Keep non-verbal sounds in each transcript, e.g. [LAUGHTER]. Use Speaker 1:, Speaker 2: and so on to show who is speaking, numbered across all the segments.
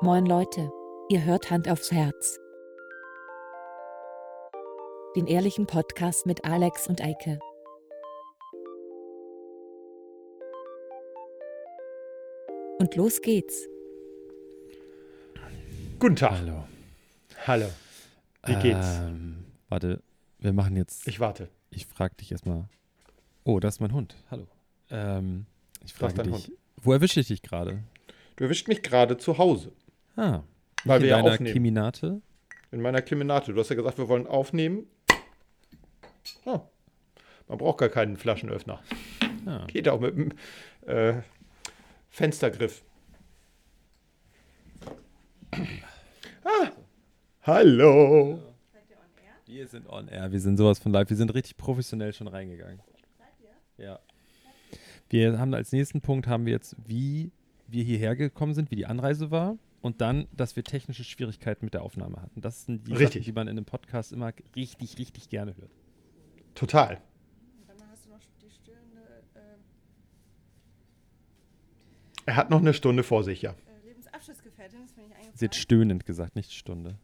Speaker 1: Moin Leute, ihr hört Hand aufs Herz. Den ehrlichen Podcast mit Alex und Eike. Und los geht's.
Speaker 2: Guten Tag.
Speaker 3: Hallo.
Speaker 2: Hallo. Wie geht's?
Speaker 3: Ähm, warte, wir machen jetzt. Ich,
Speaker 2: Ich warte.
Speaker 3: frage dich erstmal. Oh, das ist mein Hund. Hallo. Ähm, ich
Speaker 2: Da ist
Speaker 3: frage
Speaker 2: dein
Speaker 3: dich. Wo erwische ich dich gerade?
Speaker 2: Du erwischt mich gerade zu Hause
Speaker 3: Ah,
Speaker 2: Weil
Speaker 3: nicht
Speaker 2: wir ja
Speaker 3: in deiner
Speaker 2: aufnehmen.
Speaker 3: Keminate.
Speaker 2: in meiner Kliminate. Du hast ja gesagt, wir wollen aufnehmen. Ah, Man braucht gar keinen Flaschenöffner.
Speaker 3: Ah.
Speaker 2: Geht auch mit dem äh, Fenstergriff. Ah, hallo.
Speaker 3: Wir sind on air. Wir sind sowas von live. Wir sind richtig professionell schon reingegangen. Ja. Wir haben als nächsten Punkt haben wir jetzt, wie wir hierher gekommen sind, wie die Anreise war und dann, dass wir technische Schwierigkeiten mit der Aufnahme hatten. Das sind die
Speaker 2: Richtig.
Speaker 3: Sachen, die man in einem Podcast immer richtig, richtig gerne hört.
Speaker 2: Total.
Speaker 4: Dann hast du noch die störende äh,
Speaker 2: Er hat noch eine Stunde vor sich, ja.
Speaker 4: äh, Lebensabschlussgefährtin, das bin ich
Speaker 3: Sie hat
Speaker 4: eingefallen.
Speaker 3: stöhnend gesagt, nicht Stunde.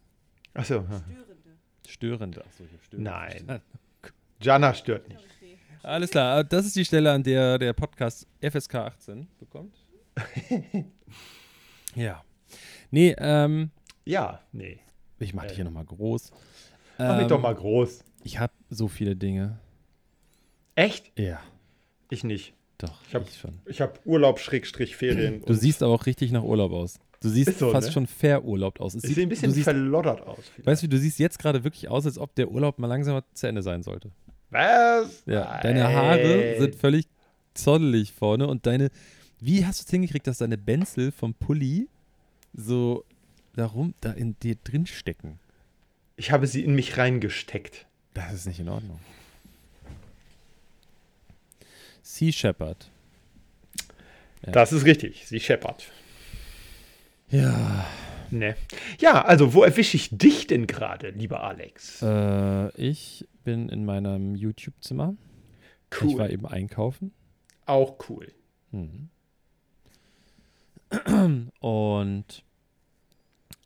Speaker 2: Achso.
Speaker 4: Störende,
Speaker 3: Störend. Achso, ich hab störend.
Speaker 2: hm. Nein.
Speaker 3: verstanden.
Speaker 2: Jana stört nicht.
Speaker 4: glaube ich. die.
Speaker 3: Alles klar, äh, das ist die Stelle, an der der Podcast FSK 18 bekommt.
Speaker 2: [LAUGHS]
Speaker 3: ja. Nee, ähm,
Speaker 2: Ja, nee.
Speaker 3: ich mach dich hier
Speaker 2: Äh.
Speaker 3: nochmal groß.
Speaker 2: Mach mich
Speaker 3: Ähm,
Speaker 2: doch mal groß.
Speaker 3: Ich habe so viele Dinge.
Speaker 2: Echt?
Speaker 3: Ja,
Speaker 2: Ich nicht.
Speaker 3: doch.
Speaker 2: Ich hab-
Speaker 3: schon.
Speaker 2: Ich habe Urlaub, Schrägstrich, Ferien.
Speaker 3: Du
Speaker 2: und-
Speaker 3: siehst aber auch richtig nach Urlaub aus. Du siehst
Speaker 2: Ist so,
Speaker 3: fast
Speaker 2: ne?
Speaker 3: schon verurlaubt aus. Es
Speaker 2: Es sieht ein bisschen
Speaker 3: du siehst,
Speaker 2: verloddert aus.
Speaker 3: weißt du, wie, du siehst jetzt gerade wirklich aus, als ob der Urlaub mal langsam zu Ende sein sollte.
Speaker 2: Was?
Speaker 3: Ja, deine Haare sind völlig zottelig vorne und deine. Wie hast du es hingekriegt, dass deine Benzel vom Pulli so darum da in dir drin stecken?
Speaker 2: Ich habe sie in mich reingesteckt.
Speaker 3: Das ist nicht in Ordnung. Sea Shepherd. Ja.
Speaker 2: Das ist richtig. Sie scheppert.
Speaker 3: Ja,
Speaker 2: Ne. Ja, also wo erwische ich dich denn gerade, lieber Alex?
Speaker 3: äh, ich bin in meinem YouTube-Zimmer. Ich war
Speaker 2: cool.
Speaker 3: eben einkaufen.
Speaker 2: Auch cool.
Speaker 3: Mhm. Und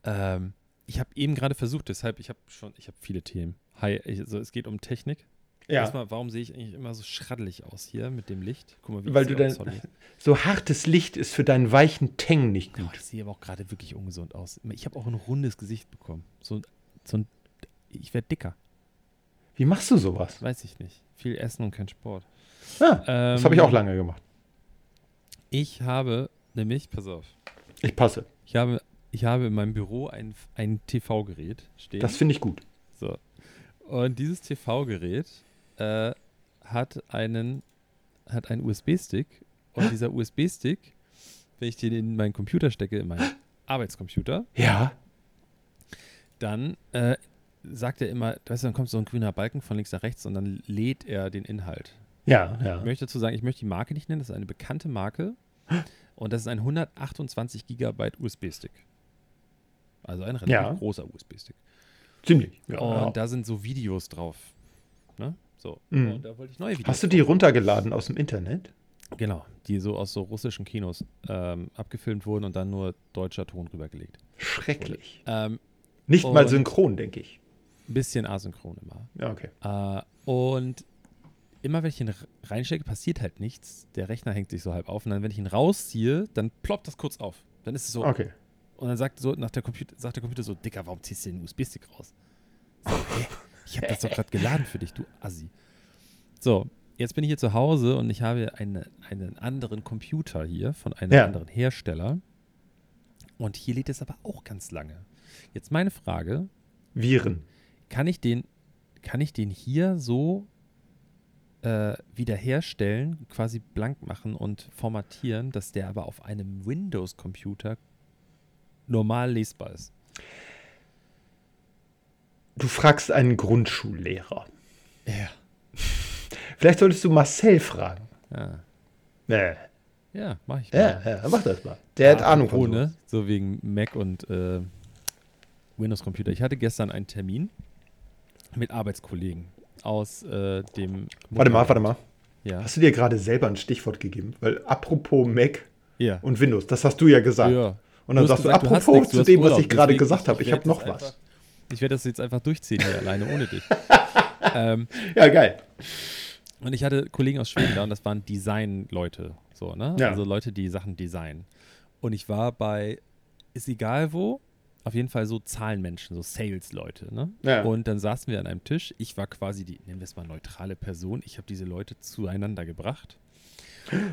Speaker 3: ähm, ich habe eben gerade versucht, deshalb, ich habe schon, ich habe viele Themen. Hi, ich, also es geht um Technik.
Speaker 2: Ja.
Speaker 3: Erstmal, warum sehe ich eigentlich immer so schraddelig aus hier mit dem Licht? Guck mal,
Speaker 2: Weil
Speaker 3: ich
Speaker 2: du
Speaker 3: sehe
Speaker 2: dein-
Speaker 3: aus, sorry.
Speaker 2: [LAUGHS] So hartes Licht ist für deinen weichen Teng nicht
Speaker 3: Oh,
Speaker 2: gut.
Speaker 3: ich sehe aber auch gerade wirklich ungesund aus. Ich habe auch ein rundes Gesicht bekommen. So, ein- so ein, ich werde dicker,
Speaker 2: Wie machst du sowas?
Speaker 3: weiß ich nicht. Viel Essen und kein Sport.
Speaker 2: Ah, das habe ich
Speaker 3: Ähm,
Speaker 2: auch lange gemacht.
Speaker 3: Ich habe nämlich, pass auf,
Speaker 2: Ich passe.
Speaker 3: ich habe, ich habe in meinem Büro ein, ein TV-Gerät stehen.
Speaker 2: Das finde ich gut.
Speaker 3: So. Und dieses TV-Gerät äh, hat einen, hat einen USB-Stick. Und dieser USB-Stick, wenn ich den in meinen Computer stecke, in meinen Arbeitscomputer,
Speaker 2: Ja.
Speaker 3: dann äh, sagt er immer, weißt du, dann kommt so ein grüner Balken von links nach rechts und dann lädt er den Inhalt.
Speaker 2: Ja,
Speaker 3: Ich
Speaker 2: ja.
Speaker 3: möchte dazu sagen, ich möchte die Marke nicht nennen, das ist eine bekannte Marke. Und das ist ein 128 Gigabyte USB-Stick. Also ein relativ
Speaker 2: Ja.
Speaker 3: großer USB-Stick.
Speaker 2: Ziemlich. Ja,
Speaker 3: Und
Speaker 2: ja.
Speaker 3: da sind so Videos drauf. Ne? So.
Speaker 2: Mhm.
Speaker 3: Und da wollte ich neue Videos.
Speaker 2: Hast du die runtergeladen aus dem Internet?
Speaker 3: Genau. Die so aus so russischen Kinos ähm, abgefilmt wurden und dann nur deutscher Ton rübergelegt.
Speaker 2: Schrecklich.
Speaker 3: Ähm,
Speaker 2: Nicht mal
Speaker 3: Und-
Speaker 2: synchron, denke ich.
Speaker 3: bisschen asynchron immer.
Speaker 2: Ja, okay.
Speaker 3: Äh, und immer wenn ich ihn r- reinstecke, passiert halt nichts. Der Rechner hängt sich so halb auf. Und dann, wenn ich ihn rausziehe, dann ploppt das kurz auf. Dann ist es so.
Speaker 2: Okay.
Speaker 3: Und dann sagt so nach der Computer, sagt der Computer so, Dicker, warum ziehst du den USB-Stick raus? So, hä? ich habe das doch gerade geladen für dich, du Assi. So, jetzt bin ich hier zu Hause und ich habe eine, einen anderen Computer hier von einem
Speaker 2: Ja.
Speaker 3: anderen Hersteller. Und hier lädt es aber auch ganz lange. Jetzt meine Frage,
Speaker 2: Viren.
Speaker 3: kann ich den, kann ich den hier so äh, wiederherstellen, quasi blank machen und formatieren, dass der aber auf einem Windows-Computer normal lesbar ist?
Speaker 2: Du fragst einen Grundschullehrer.
Speaker 3: Ja.
Speaker 2: Vielleicht solltest du Marcel fragen.
Speaker 3: Ja,
Speaker 2: Nee.
Speaker 3: Ah, ja mach ich. mal.
Speaker 2: Ja, ja, mach das mal. Der hat
Speaker 3: Ah,
Speaker 2: Ahnung
Speaker 3: apropos,
Speaker 2: von sowas.
Speaker 3: ne? So wegen Mac und äh, Windows-Computer. Ich hatte gestern einen Termin mit Arbeitskollegen aus äh, dem.
Speaker 2: Warte mal, warte mal.
Speaker 3: Ja.
Speaker 2: Hast du dir gerade selber ein Stichwort gegeben? Weil apropos Mac
Speaker 3: Ja.
Speaker 2: und Windows, das hast du ja gesagt.
Speaker 3: ja.
Speaker 2: Und dann
Speaker 3: hast
Speaker 2: sagst du,
Speaker 3: gesagt, hast
Speaker 2: apropos
Speaker 3: nichts, du
Speaker 2: zu
Speaker 3: hast
Speaker 2: dem, was
Speaker 3: Urlaub,
Speaker 2: ich gerade
Speaker 3: deswegen
Speaker 2: gesagt habe, ich
Speaker 3: werd
Speaker 2: habe noch
Speaker 3: das
Speaker 2: was.
Speaker 3: Einfach, ich werde das jetzt einfach durchziehen hier alleine ohne dich. ähm,
Speaker 2: Ja, geil.
Speaker 3: und ich hatte Kollegen aus Schweden da und das waren Design-Leute. So, ne?
Speaker 2: Ja.
Speaker 3: Also Leute, die Sachen designen. Und ich war bei, ist egal wo, auf jeden Fall so Zahlenmenschen, so Sales-Leute. Ne?
Speaker 2: Ja.
Speaker 3: Und dann saßen wir an einem Tisch. Ich war quasi die, nennen wir es mal neutrale Person. Ich habe diese Leute
Speaker 2: [GASPS]
Speaker 3: zueinander gebracht.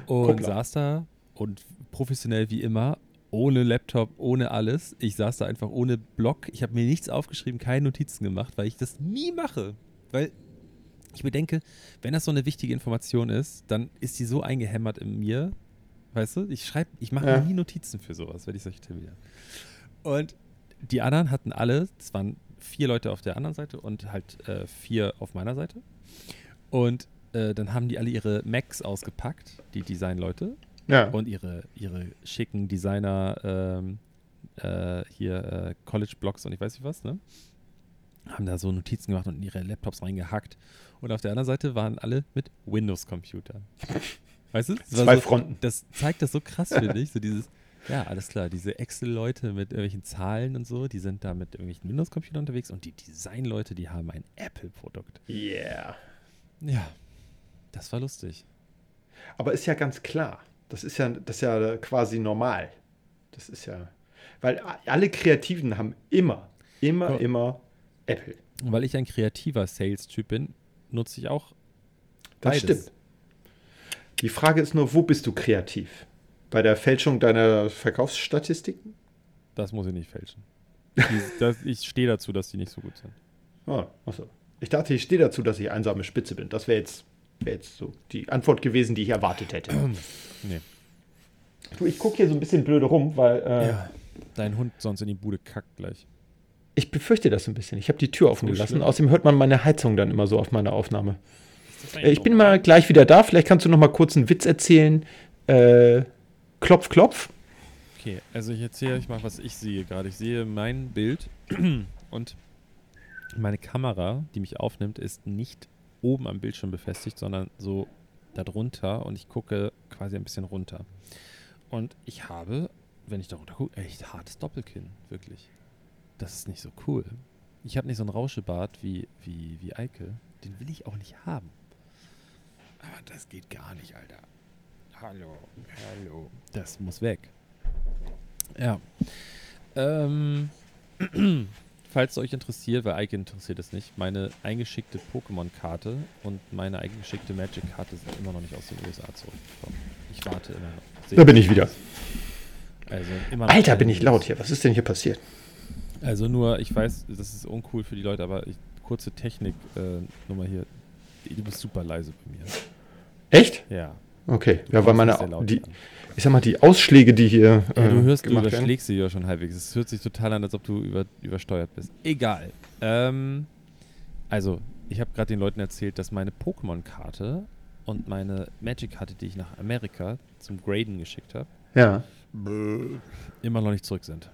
Speaker 3: Und
Speaker 2: Kuppler.
Speaker 3: saß da und professionell wie immer, ohne Laptop, ohne alles. Ich saß da einfach ohne Blog. Ich habe mir nichts aufgeschrieben, keine Notizen gemacht, weil ich das nie mache. Weil ich mir denke, wenn das so eine wichtige Information ist, dann ist die so eingehämmert in mir. Weißt du, ich schreibe, ich mache
Speaker 2: Ja.
Speaker 3: mir nie Notizen für sowas, wenn ich solche Themen habe. Und die anderen hatten alle, es waren vier Leute auf der anderen Seite und halt äh, vier auf meiner Seite. Und äh, dann haben die alle ihre Macs ausgepackt, die Design-Leute,
Speaker 2: Ja.
Speaker 3: und ihre, ihre schicken Designer ähm, äh, hier äh, College-Blogs und ich weiß nicht was, ne? Haben da so Notizen gemacht und in ihre Laptops reingehackt. Und auf der anderen Seite waren alle mit Windows-Computern. Weißt du? Das war
Speaker 2: Zwei
Speaker 3: so,
Speaker 2: Fronten.
Speaker 3: Das zeigt das so krass, finde ich. So dieses, ja, alles klar, diese Excel-Leute mit irgendwelchen Zahlen und so, die sind da mit irgendwelchen Windows-Computern unterwegs und die Design-Leute, die haben ein Apple-Produkt.
Speaker 2: Yeah.
Speaker 3: Ja, das war lustig.
Speaker 2: Aber ist ja ganz klar. Das ist ja, das ist ja quasi normal. Das ist ja. Weil a- alle Kreativen haben immer, immer,
Speaker 3: Ja.
Speaker 2: immer Apple.
Speaker 3: Und weil ich ein kreativer Sales-Typ bin, nutze ich auch
Speaker 2: Das
Speaker 3: Beides.
Speaker 2: stimmt. Die Frage ist nur, wo bist du kreativ? Bei der Fälschung deiner Verkaufsstatistiken?
Speaker 3: Das muss ich nicht fälschen. Die, das, ich stehe dazu, dass die nicht so gut sind.
Speaker 2: Ah, achso. Ich dachte, ich stehe dazu, dass ich einsame Spitze bin. Das wäre jetzt, wär jetzt so die Antwort gewesen, die ich erwartet hätte.
Speaker 3: [CLEARS THROAT] Nee.
Speaker 2: Du, ich gucke hier so ein bisschen blöde rum, weil äh,
Speaker 3: Dein Hund sonst in die Bude kackt gleich.
Speaker 2: ich befürchte das ein bisschen. Ich habe die Tür offen
Speaker 3: nicht
Speaker 2: gelassen.
Speaker 3: schlimm.
Speaker 2: Außerdem hört man meine Heizung dann immer so auf meiner Aufnahme. Äh, Ich bin mal gleich wieder da. Vielleicht kannst du noch mal kurz einen Witz erzählen. Äh, klopf, klopf.
Speaker 3: Okay, also ich erzähle euch mal, was ich sehe gerade. Ich sehe mein Bild [CLEARS THROAT] und meine Kamera, die mich aufnimmt, ist nicht oben am Bildschirm befestigt, sondern so darunter und ich gucke quasi ein bisschen runter. Und ich habe, wenn ich darunter gucke, echt hartes Doppelkinn, wirklich. Das ist nicht so cool. Ich habe nicht so einen Rauschebart wie, wie, wie Eike. Den will ich auch nicht haben. Aber Ah, das geht gar nicht, Alter. Hallo, hallo. Das muss weg. Ja. Ähm, [CLEARS THROAT] falls es euch interessiert, weil Eike interessiert es nicht, meine eingeschickte Pokémon-Karte und meine eingeschickte Magic-Karte sind immer noch nicht aus den USA zurückgekommen. Ich warte immer noch.
Speaker 2: Da bin ich wieder.
Speaker 3: Also immer noch
Speaker 2: Alter, bin
Speaker 3: keine
Speaker 2: ich laut
Speaker 3: News.
Speaker 2: hier. Was ist denn hier passiert?
Speaker 3: Also nur, ich weiß, das ist uncool für die Leute, aber ich, kurze Technik-Nummer hier. Du bist super leise bei mir.
Speaker 2: Echt?
Speaker 3: Ja.
Speaker 2: Okay.
Speaker 3: Du
Speaker 2: Ja, weil
Speaker 3: kommst
Speaker 2: meine,
Speaker 3: nicht sehr laut
Speaker 2: die,
Speaker 3: an.
Speaker 2: ich sag mal, die Ausschläge, die hier äh,
Speaker 3: Ja, du hörst, du
Speaker 2: gemacht werden.
Speaker 3: überschlägst sie ja schon halbwegs. Es hört sich total an, als ob du über, übersteuert bist. Egal. Ähm, also, ich habe gerade den Leuten erzählt, dass meine Pokémon-Karte und meine Magic-Karte, die ich nach Amerika zum Graden geschickt habe,
Speaker 2: Ja,
Speaker 3: immer noch nicht zurück sind.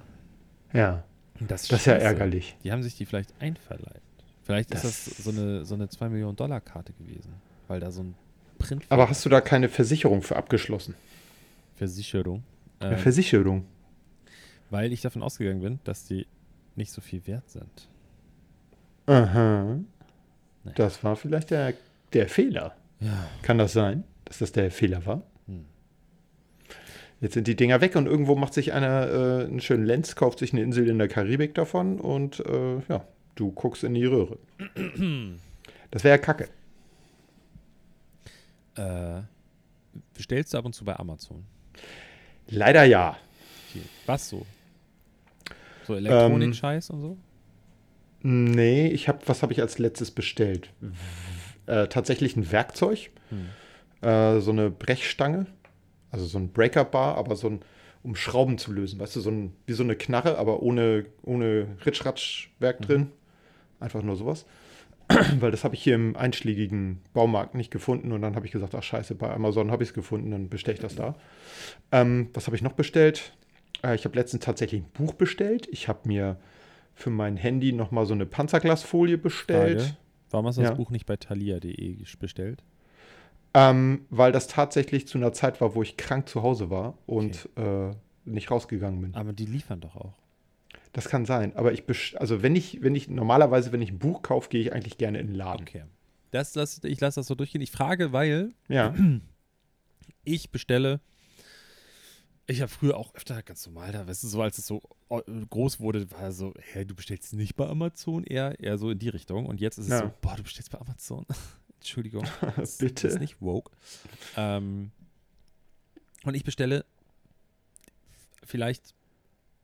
Speaker 2: ja.
Speaker 3: Das,
Speaker 2: Das ist ja
Speaker 3: Scheiße.
Speaker 2: ärgerlich.
Speaker 3: Die haben sich die vielleicht einverleibt. Vielleicht
Speaker 2: Das-
Speaker 3: ist das so eine, so eine 2 Millionen Dollar Karte gewesen, weil da so ein Print
Speaker 2: Aber hast du da keine Versicherung für abgeschlossen?
Speaker 3: Versicherung,
Speaker 2: Eine
Speaker 3: ähm,
Speaker 2: Versicherung.
Speaker 3: weil ich davon ausgegangen bin, dass die nicht so viel wert sind.
Speaker 2: Aha.
Speaker 3: Naja.
Speaker 2: Das war vielleicht der, der Fehler.
Speaker 3: Ja.
Speaker 2: Kann das sein, dass das der Fehler war?
Speaker 3: Hm.
Speaker 2: Jetzt sind die Dinger weg und irgendwo macht sich einer äh, einen schönen Lenz, kauft sich eine Insel in der Karibik davon und äh, ja, du guckst in die
Speaker 3: [CLEARS THROAT]
Speaker 2: Röhre. Das wäre ja kacke.
Speaker 3: Äh, bestellst du ab und zu bei Amazon?
Speaker 2: Leider ja.
Speaker 3: Viel. Was so? So
Speaker 2: Ähm,
Speaker 3: Elektronik-Scheiß und so?
Speaker 2: Nee, ich habe, was habe ich als letztes bestellt? Äh, tatsächlich ein Werkzeug,
Speaker 3: Hm.
Speaker 2: äh, so eine Brechstange, also so ein Breaker-Bar, aber so ein, um Schrauben zu lösen, weißt du, so ein, wie so eine Knarre, aber ohne, ohne Ritschratschwerk
Speaker 3: Hm.
Speaker 2: drin. Einfach nur sowas. [CLEARS THROAT] Weil das habe ich hier im einschlägigen Baumarkt nicht gefunden und dann habe ich gesagt, ach scheiße, bei Amazon habe ich es gefunden, dann bestelle ich das da. Ähm, was habe ich noch bestellt? Äh, ich habe letztens tatsächlich ein Buch bestellt. Ich habe mir für mein Handy nochmal so eine Panzerglasfolie bestellt.
Speaker 3: Frage. Warum hast du das
Speaker 2: Ja.
Speaker 3: Buch nicht bei thalia.de ges- bestellt?
Speaker 2: Ähm, weil das tatsächlich zu einer Zeit war, wo ich krank zu Hause war und äh, nicht rausgegangen bin.
Speaker 3: Aber die liefern doch auch.
Speaker 2: Das kann sein. Aber ich, best- also wenn ich, wenn ich, normalerweise, wenn ich ein Buch kaufe, gehe ich eigentlich gerne in den Laden.
Speaker 3: Okay. Das lass, ich lasse das so durchgehen. Ich frage, weil
Speaker 2: Ja.
Speaker 3: ich bestelle. Ich habe früher auch öfter ganz normal da, weißt du, so als es so o- groß wurde, war so, hä, du bestellst nicht bei Amazon, eher, eher so in die Richtung. Und jetzt ist es
Speaker 2: Ja.
Speaker 3: so, boah, du bestellst bei Amazon. [LAUGHS]
Speaker 2: [LAUGHS]
Speaker 3: Entschuldigung. Das
Speaker 2: Bitte.
Speaker 3: ist nicht woke. Ähm, und ich bestelle vielleicht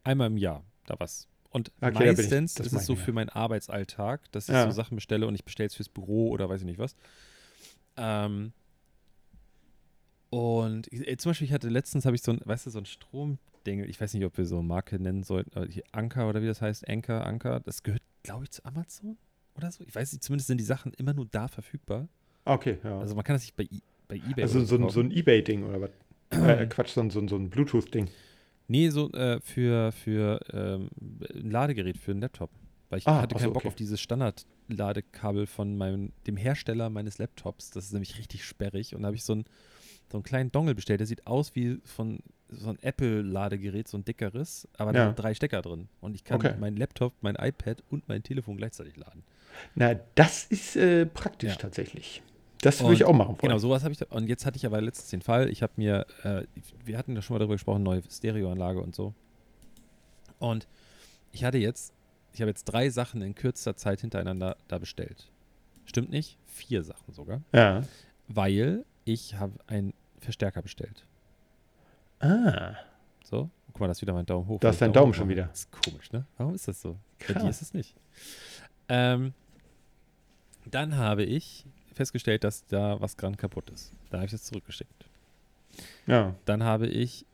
Speaker 3: einmal im Jahr da was. Und
Speaker 2: Okay, da bin ich-
Speaker 3: meistens
Speaker 2: das
Speaker 3: ist
Speaker 2: mach
Speaker 3: es
Speaker 2: ich
Speaker 3: so
Speaker 2: nicht
Speaker 3: für meinen Arbeitsalltag, dass ich
Speaker 2: Ja.
Speaker 3: so Sachen bestelle und ich bestelle es fürs Büro oder weiß ich nicht was. Ähm, und ich, äh, zum Beispiel, ich hatte letztens, habe ich so ein, weißt du, so ein Stromding, ich weiß nicht, ob wir so eine Marke nennen sollten, aber hier Anker oder wie das heißt, Anker, Anker, das gehört, glaube ich, zu Amazon oder so. Ich weiß nicht, zumindest sind die Sachen immer nur da verfügbar.
Speaker 2: Okay, ja. Also,
Speaker 3: Also man kann das nicht bei, I- bei eBay oder
Speaker 2: so, ein-
Speaker 3: kaufen.
Speaker 2: so ein Ebay-Ding oder
Speaker 3: [CLEARS THROAT]
Speaker 2: was? äh, Quatsch, so ein, so ein, so ein Bluetooth-Ding.
Speaker 3: Nee, so äh, für, für ähm, ein Ladegerät, für einen Laptop. Weil ich
Speaker 2: Ah,
Speaker 3: hatte
Speaker 2: ach
Speaker 3: keinen
Speaker 2: so,
Speaker 3: Bock
Speaker 2: okay.
Speaker 3: auf dieses Standard-Ladekabel von meinem, dem Hersteller meines Laptops. Das ist nämlich richtig sperrig. Und da habe ich so, einen so einen kleinen Dongle bestellt. Der sieht aus wie von so ein Apple-Ladegerät, so ein dickeres, aber da
Speaker 2: Ja.
Speaker 3: sind drei Stecker drin. Und ich kann
Speaker 2: Okay.
Speaker 3: meinen Laptop, mein iPad und mein Telefon gleichzeitig laden.
Speaker 2: Na, das ist äh, praktisch
Speaker 3: Ja.
Speaker 2: tatsächlich. Das würde ich
Speaker 3: Und-
Speaker 2: auch machen wollen.
Speaker 3: Genau, sowas habe ich. Da, und jetzt hatte ich aber letztens den Fall. Ich habe mir, äh, wir hatten da schon mal darüber gesprochen, neue Stereoanlage und so. Und ich hatte jetzt, ich habe jetzt drei Sachen in kürzester Zeit hintereinander da bestellt. Stimmt nicht? Vier Sachen sogar.
Speaker 2: Ja.
Speaker 3: Weil ich habe einen Verstärker bestellt.
Speaker 2: Ah.
Speaker 3: So, guck mal, das ist wieder mein Daumen hoch.
Speaker 2: Da
Speaker 3: weil
Speaker 2: ist
Speaker 3: ich
Speaker 2: dein Daumen schon
Speaker 3: hoch mache.
Speaker 2: wieder.
Speaker 3: ist komisch, ne? Warum ist das so? Bei dir
Speaker 2: Krass.
Speaker 3: ist es nicht. Ähm, dann habe ich festgestellt, dass da was dran kaputt ist. Da habe ich es zurückgeschickt.
Speaker 2: Ja.
Speaker 3: Dann habe ich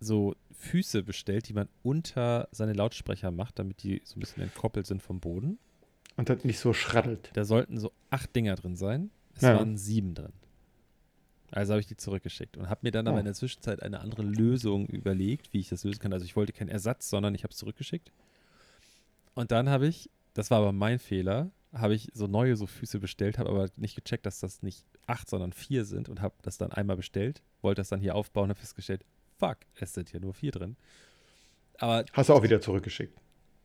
Speaker 3: so Füße bestellt, die man unter seine Lautsprecher macht, damit die so ein bisschen entkoppelt sind vom Boden.
Speaker 2: Und das nicht so schraddelt.
Speaker 3: Da sollten so acht Dinger drin sein. Es
Speaker 2: Ja.
Speaker 3: waren sieben drin. Also habe ich die zurückgeschickt und habe mir dann aber
Speaker 2: Oh.
Speaker 3: in der Zwischenzeit eine andere Lösung überlegt, wie ich das lösen kann. Also ich wollte keinen Ersatz, sondern ich habe es zurückgeschickt. Und dann habe ich, das war aber mein Fehler, habe ich so neue so Füße bestellt, habe aber nicht gecheckt, dass das nicht acht, sondern vier sind und habe das dann einmal bestellt, wollte das dann hier aufbauen und habe festgestellt, fuck, es sind hier nur vier drin. Aber
Speaker 2: Hast du auch wieder zurückgeschickt.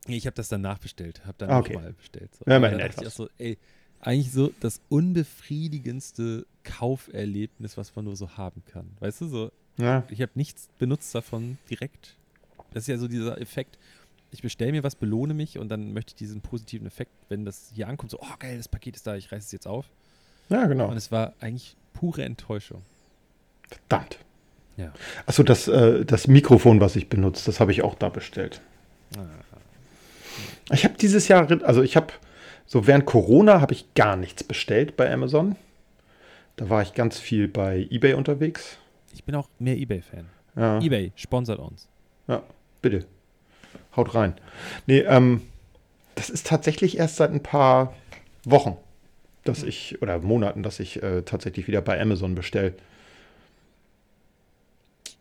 Speaker 3: Nee, ich habe das dann nachbestellt, habe dann
Speaker 2: Ah, okay.
Speaker 3: nochmal bestellt. So.
Speaker 2: Ja,
Speaker 3: Aber
Speaker 2: immerhin
Speaker 3: dann dachte ich auch
Speaker 2: etwas.
Speaker 3: so, ey, eigentlich so das unbefriedigendste Kauferlebnis, was man nur so haben kann. Weißt du, so,
Speaker 2: Ja.
Speaker 3: ich habe nichts benutzt davon direkt. Das ist ja so dieser Effekt, ich bestelle mir was, belohne mich und dann möchte ich diesen positiven Effekt, wenn das hier ankommt, so, oh geil, das Paket ist da, ich reiße es jetzt auf.
Speaker 2: Ja, genau.
Speaker 3: Und es war eigentlich pure Enttäuschung.
Speaker 2: Verdammt.
Speaker 3: Ja.
Speaker 2: Achso, das, äh, das Mikrofon, was ich benutze, das habe ich auch da bestellt. Ich habe dieses Jahr, also ich habe, so während Corona habe ich gar nichts bestellt bei Amazon. Da war ich ganz viel bei eBay unterwegs.
Speaker 3: Ich bin auch mehr Ebay-Fan.
Speaker 2: Ja,
Speaker 3: Ebay sponsert uns.
Speaker 2: bitte. Haut rein. Nee, ähm, das ist tatsächlich erst seit ein paar Wochen, dass ich, oder Monaten, dass ich äh, tatsächlich wieder bei Amazon bestelle.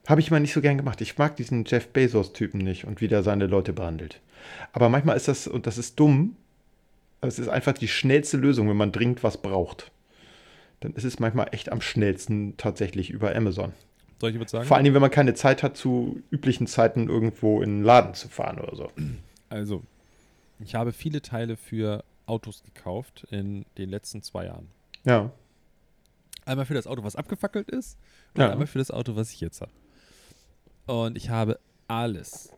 Speaker 2: Habe ich mal nicht so gern gemacht. Ich mag diesen Jeff Bezos-Typen nicht und wie der seine Leute behandelt. Aber manchmal ist das, und das ist dumm, aber es ist einfach die schnellste Lösung, wenn man dringend was braucht. Dann ist es manchmal echt am schnellsten tatsächlich über Amazon.
Speaker 3: Soll ich überzeugen?
Speaker 2: Vor allem, wenn man keine Zeit hat, zu üblichen Zeiten irgendwo in den Laden zu fahren oder so.
Speaker 3: Also, ich habe viele Teile für Autos gekauft in den letzten zwei Jahren.
Speaker 2: Ja.
Speaker 3: Einmal für das Auto, was abgefackelt ist, und
Speaker 2: Ja.
Speaker 3: einmal für das Auto, was ich jetzt habe. Und ich habe alles.